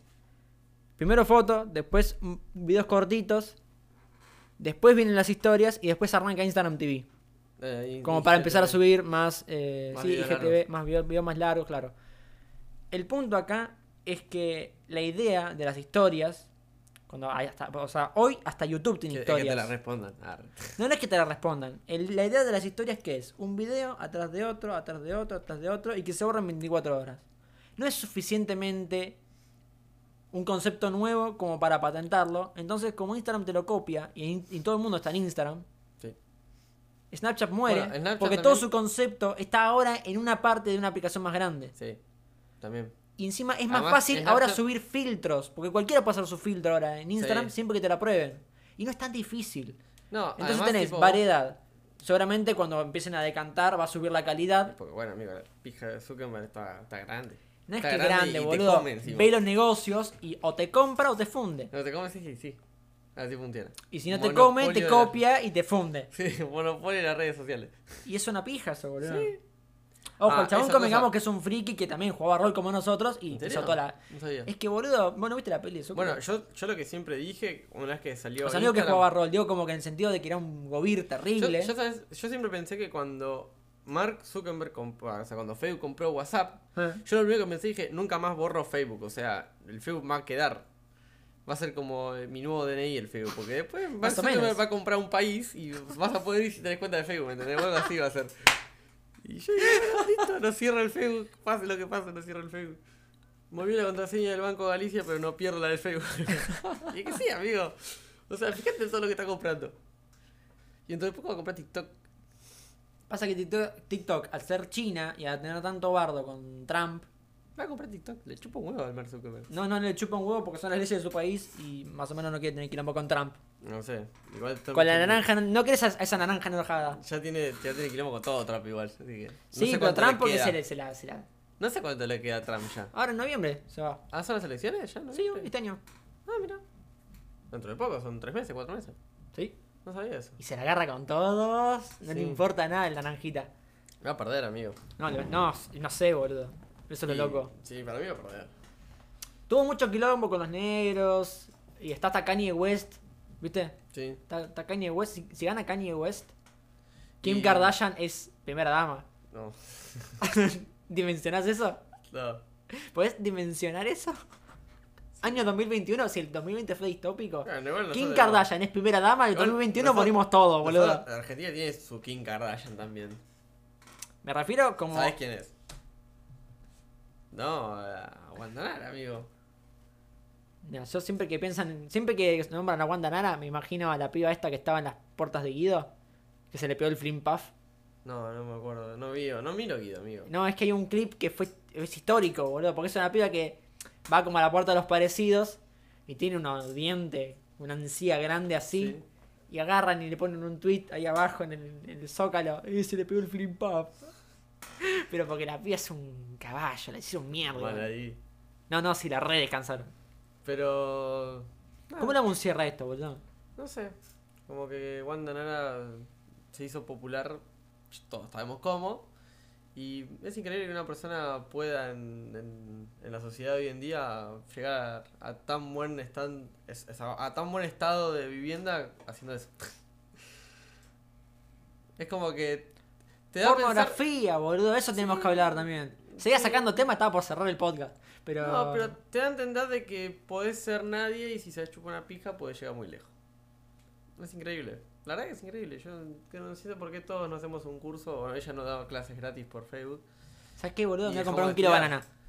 [SPEAKER 1] primero foto, después mm, videos cortitos, después vienen las historias y después arranca Instagram TV.
[SPEAKER 2] Eh, y-
[SPEAKER 1] Como
[SPEAKER 2] y-
[SPEAKER 1] para empezar a subir más, eh,
[SPEAKER 2] Más
[SPEAKER 1] sí,
[SPEAKER 2] videos
[SPEAKER 1] IGTV,
[SPEAKER 2] largos.
[SPEAKER 1] más video- videos más largos, claro. El punto acá es que la idea de las historias, cuando hay hasta, o sea, hoy hasta YouTube tiene
[SPEAKER 2] Que, que
[SPEAKER 1] historias.
[SPEAKER 2] te la respondan. Ah, Arre.
[SPEAKER 1] no, no es que te la respondan. El- la idea de las historias que es un video atrás de otro, atrás de otro, atrás de otro y que se borran 24 horas. No es suficientemente un concepto nuevo como para patentarlo. Entonces, como Instagram te lo copia y, y todo el mundo está en Instagram,
[SPEAKER 2] Sí.
[SPEAKER 1] Snapchat muere
[SPEAKER 2] Bueno, Snapchat
[SPEAKER 1] porque todo
[SPEAKER 2] también-
[SPEAKER 1] su concepto está ahora en una parte de una aplicación más grande.
[SPEAKER 2] Sí. También.
[SPEAKER 1] Y encima es más
[SPEAKER 2] Además,
[SPEAKER 1] fácil ahora
[SPEAKER 2] Snapchat-
[SPEAKER 1] subir filtros, porque cualquiera puede hacer su filtro ahora en Instagram
[SPEAKER 2] Sí.
[SPEAKER 1] siempre que te lo aprueben. Y no es tan difícil.
[SPEAKER 2] No,
[SPEAKER 1] Entonces
[SPEAKER 2] además,
[SPEAKER 1] tenés
[SPEAKER 2] tipo,
[SPEAKER 1] variedad. Seguramente cuando empiecen a decantar va a subir la calidad.
[SPEAKER 2] Porque bueno, amigo, la pija de Zuckerberg está, está grande.
[SPEAKER 1] No es
[SPEAKER 2] Está
[SPEAKER 1] que grande,
[SPEAKER 2] y te
[SPEAKER 1] boludo.
[SPEAKER 2] come encima.
[SPEAKER 1] Ve los negocios y o te compra o te funde.
[SPEAKER 2] No te comes, sí, sí. Así funciona.
[SPEAKER 1] Y si no te come, te
[SPEAKER 2] Monopolio de-
[SPEAKER 1] copia y te funde.
[SPEAKER 2] Sí, monopolio de las redes sociales.
[SPEAKER 1] Y es una pija eso, boludo. Ojo,
[SPEAKER 2] Ah,
[SPEAKER 1] el chabón
[SPEAKER 2] esa
[SPEAKER 1] convengamos
[SPEAKER 2] cosa.
[SPEAKER 1] que es un friki que también jugaba rol como nosotros y
[SPEAKER 2] ¿En
[SPEAKER 1] hizo
[SPEAKER 2] serio?
[SPEAKER 1] toda la...
[SPEAKER 2] No sabía.
[SPEAKER 1] Es que boludo, bueno, viste la peli de Zucker?
[SPEAKER 2] Bueno, yo, yo lo que siempre dije, una vez que salió.
[SPEAKER 1] O sea, no digo que
[SPEAKER 2] Instagram-
[SPEAKER 1] jugaba rol, digo como que en el sentido de que era un gobir
[SPEAKER 2] Yo,
[SPEAKER 1] terrible.
[SPEAKER 2] yo, sabes, yo siempre pensé que cuando Mark Zuckerberg compró, o sea, cuando Facebook compró WhatsApp,
[SPEAKER 1] Eh.
[SPEAKER 2] yo lo primero que pensé dije, nunca más borro Facebook, o sea, el Facebook va a quedar. Va a ser como eh, mi nuevo DNI el Facebook, porque después Mark
[SPEAKER 1] Más o
[SPEAKER 2] Zuckerberg
[SPEAKER 1] menos.
[SPEAKER 2] va a comprar un país y vas a poder ir si tenés cuenta de Facebook, ¿me ¿entendés? Bueno, así va a ser. Y yo dije, "Ah, listo, no cierro el Facebook, pase lo que pase, no cierro el Facebook. Volví la contraseña del Banco Galicia, pero no pierdo la del Facebook. y es que sí, amigo. O sea, fíjate en todo lo que está comprando. Y entonces poco va a comprar TikTok.
[SPEAKER 1] Pasa que TikTok, TikTok, al ser China y al tener tanto bardo con Trump,
[SPEAKER 2] Va a comprar TikTok, le chupo un huevo al Mark Zuckerberg.
[SPEAKER 1] no, no le chupa un huevo porque son las leyes de su país y más o menos no quiere tener quilombo con Trump.
[SPEAKER 2] No sé, igual Trump
[SPEAKER 1] Con la
[SPEAKER 2] tiene-
[SPEAKER 1] naranja, no- no querés a a esa naranja enojada.
[SPEAKER 2] Ya tiene, ya tiene quilombo con todo Trump igual, así que. no
[SPEAKER 1] Sí,
[SPEAKER 2] sé
[SPEAKER 1] pero
[SPEAKER 2] cuánto le
[SPEAKER 1] Trump porque
[SPEAKER 2] queda.
[SPEAKER 1] se, le- se la, se la-
[SPEAKER 2] No sé cuánto le queda a Trump ya.
[SPEAKER 1] Ahora en noviembre se va.
[SPEAKER 2] ¿Ah, son las elecciones? ¿Ya? ¿No
[SPEAKER 1] Sí,
[SPEAKER 2] viste?
[SPEAKER 1] este año.
[SPEAKER 2] Ah, mira. Dentro de poco, son tres meses, cuatro meses.
[SPEAKER 1] Sí.
[SPEAKER 2] No sabía eso.
[SPEAKER 1] Y se la agarra con todos. No le
[SPEAKER 2] Sí.
[SPEAKER 1] importa nada el naranjita.
[SPEAKER 2] Va a perder, amigo.
[SPEAKER 1] No, le- no, no sé, boludo. Eso es
[SPEAKER 2] Y-
[SPEAKER 1] lo loco.
[SPEAKER 2] Sí, para mí va a perder.
[SPEAKER 1] Tuvo mucho quilombo con los negros. Y está hasta Kanye West. ¿Viste?
[SPEAKER 2] Sí.
[SPEAKER 1] Está, está Kanye West. Si, si gana Kanye West, Kim
[SPEAKER 2] Y-
[SPEAKER 1] Kardashian es primera dama.
[SPEAKER 2] No.
[SPEAKER 1] ¿Dimensionás eso?
[SPEAKER 2] No.
[SPEAKER 1] ¿Podés dimensionar eso? Año 2021, si el 2020 fue distópico.
[SPEAKER 2] Bueno, igual nosotros-
[SPEAKER 1] Kim Kardashian es primera dama y el
[SPEAKER 2] Eh, Igual
[SPEAKER 1] 2021
[SPEAKER 2] nosotros-
[SPEAKER 1] morimos todos, boludo.
[SPEAKER 2] nosotros- Argentina tiene su Kim Kardashian también.
[SPEAKER 1] Me refiero como.
[SPEAKER 2] ¿Sabes quién es? No, a Guantanara, amigo.
[SPEAKER 1] Mira, yo siempre que piensan. Siempre que nombran a Wanda Nara, me imagino a la piba esta que estaba en las puertas de Guido. Que se le pegó el flim puff.
[SPEAKER 2] No, no me acuerdo. No vio, no miro Guido, amigo.
[SPEAKER 1] No, es que hay un clip que fue. Es histórico, boludo. Porque es una piba que va como a la puerta de los parecidos. Y tiene unos dientes. Una encía grande así.
[SPEAKER 2] Sí.
[SPEAKER 1] Y agarran y le ponen un tweet ahí abajo en el, en el zócalo. Y se le pegó el flim puff. Pero porque la piba es un caballo. La hicieron mierda.
[SPEAKER 2] Mal ahí.
[SPEAKER 1] No, no, si la red descansaron.
[SPEAKER 2] Pero.
[SPEAKER 1] ¿Cómo le hago un cierre a esto, boludo?
[SPEAKER 2] No sé. Como que Wanda Nara se hizo popular. Todos sabemos cómo. Y es increíble que una persona pueda en, en- en la sociedad de hoy en día llegar a tan buen estan- es- es- a, a tan buen estado de vivienda haciendo eso. Es como que te da a pensar-
[SPEAKER 1] Pornografía, boludo, eso tenemos que hablar también. Seguía sacando tema, estaba por cerrar el podcast. Pero.
[SPEAKER 2] No, pero te da a entender de que podés ser nadie y si se chupa una pija podés llegar muy lejos. Es increíble. La verdad que es increíble. Yo que no entiendo por qué todos no hacemos un curso. Bueno, ella no daba clases gratis por Facebook.
[SPEAKER 1] ¿Sabes qué, boludo?
[SPEAKER 2] Y
[SPEAKER 1] Me voy a
[SPEAKER 2] dejamos
[SPEAKER 1] comprar
[SPEAKER 2] de
[SPEAKER 1] un kilo de
[SPEAKER 2] estudiar.
[SPEAKER 1] banana.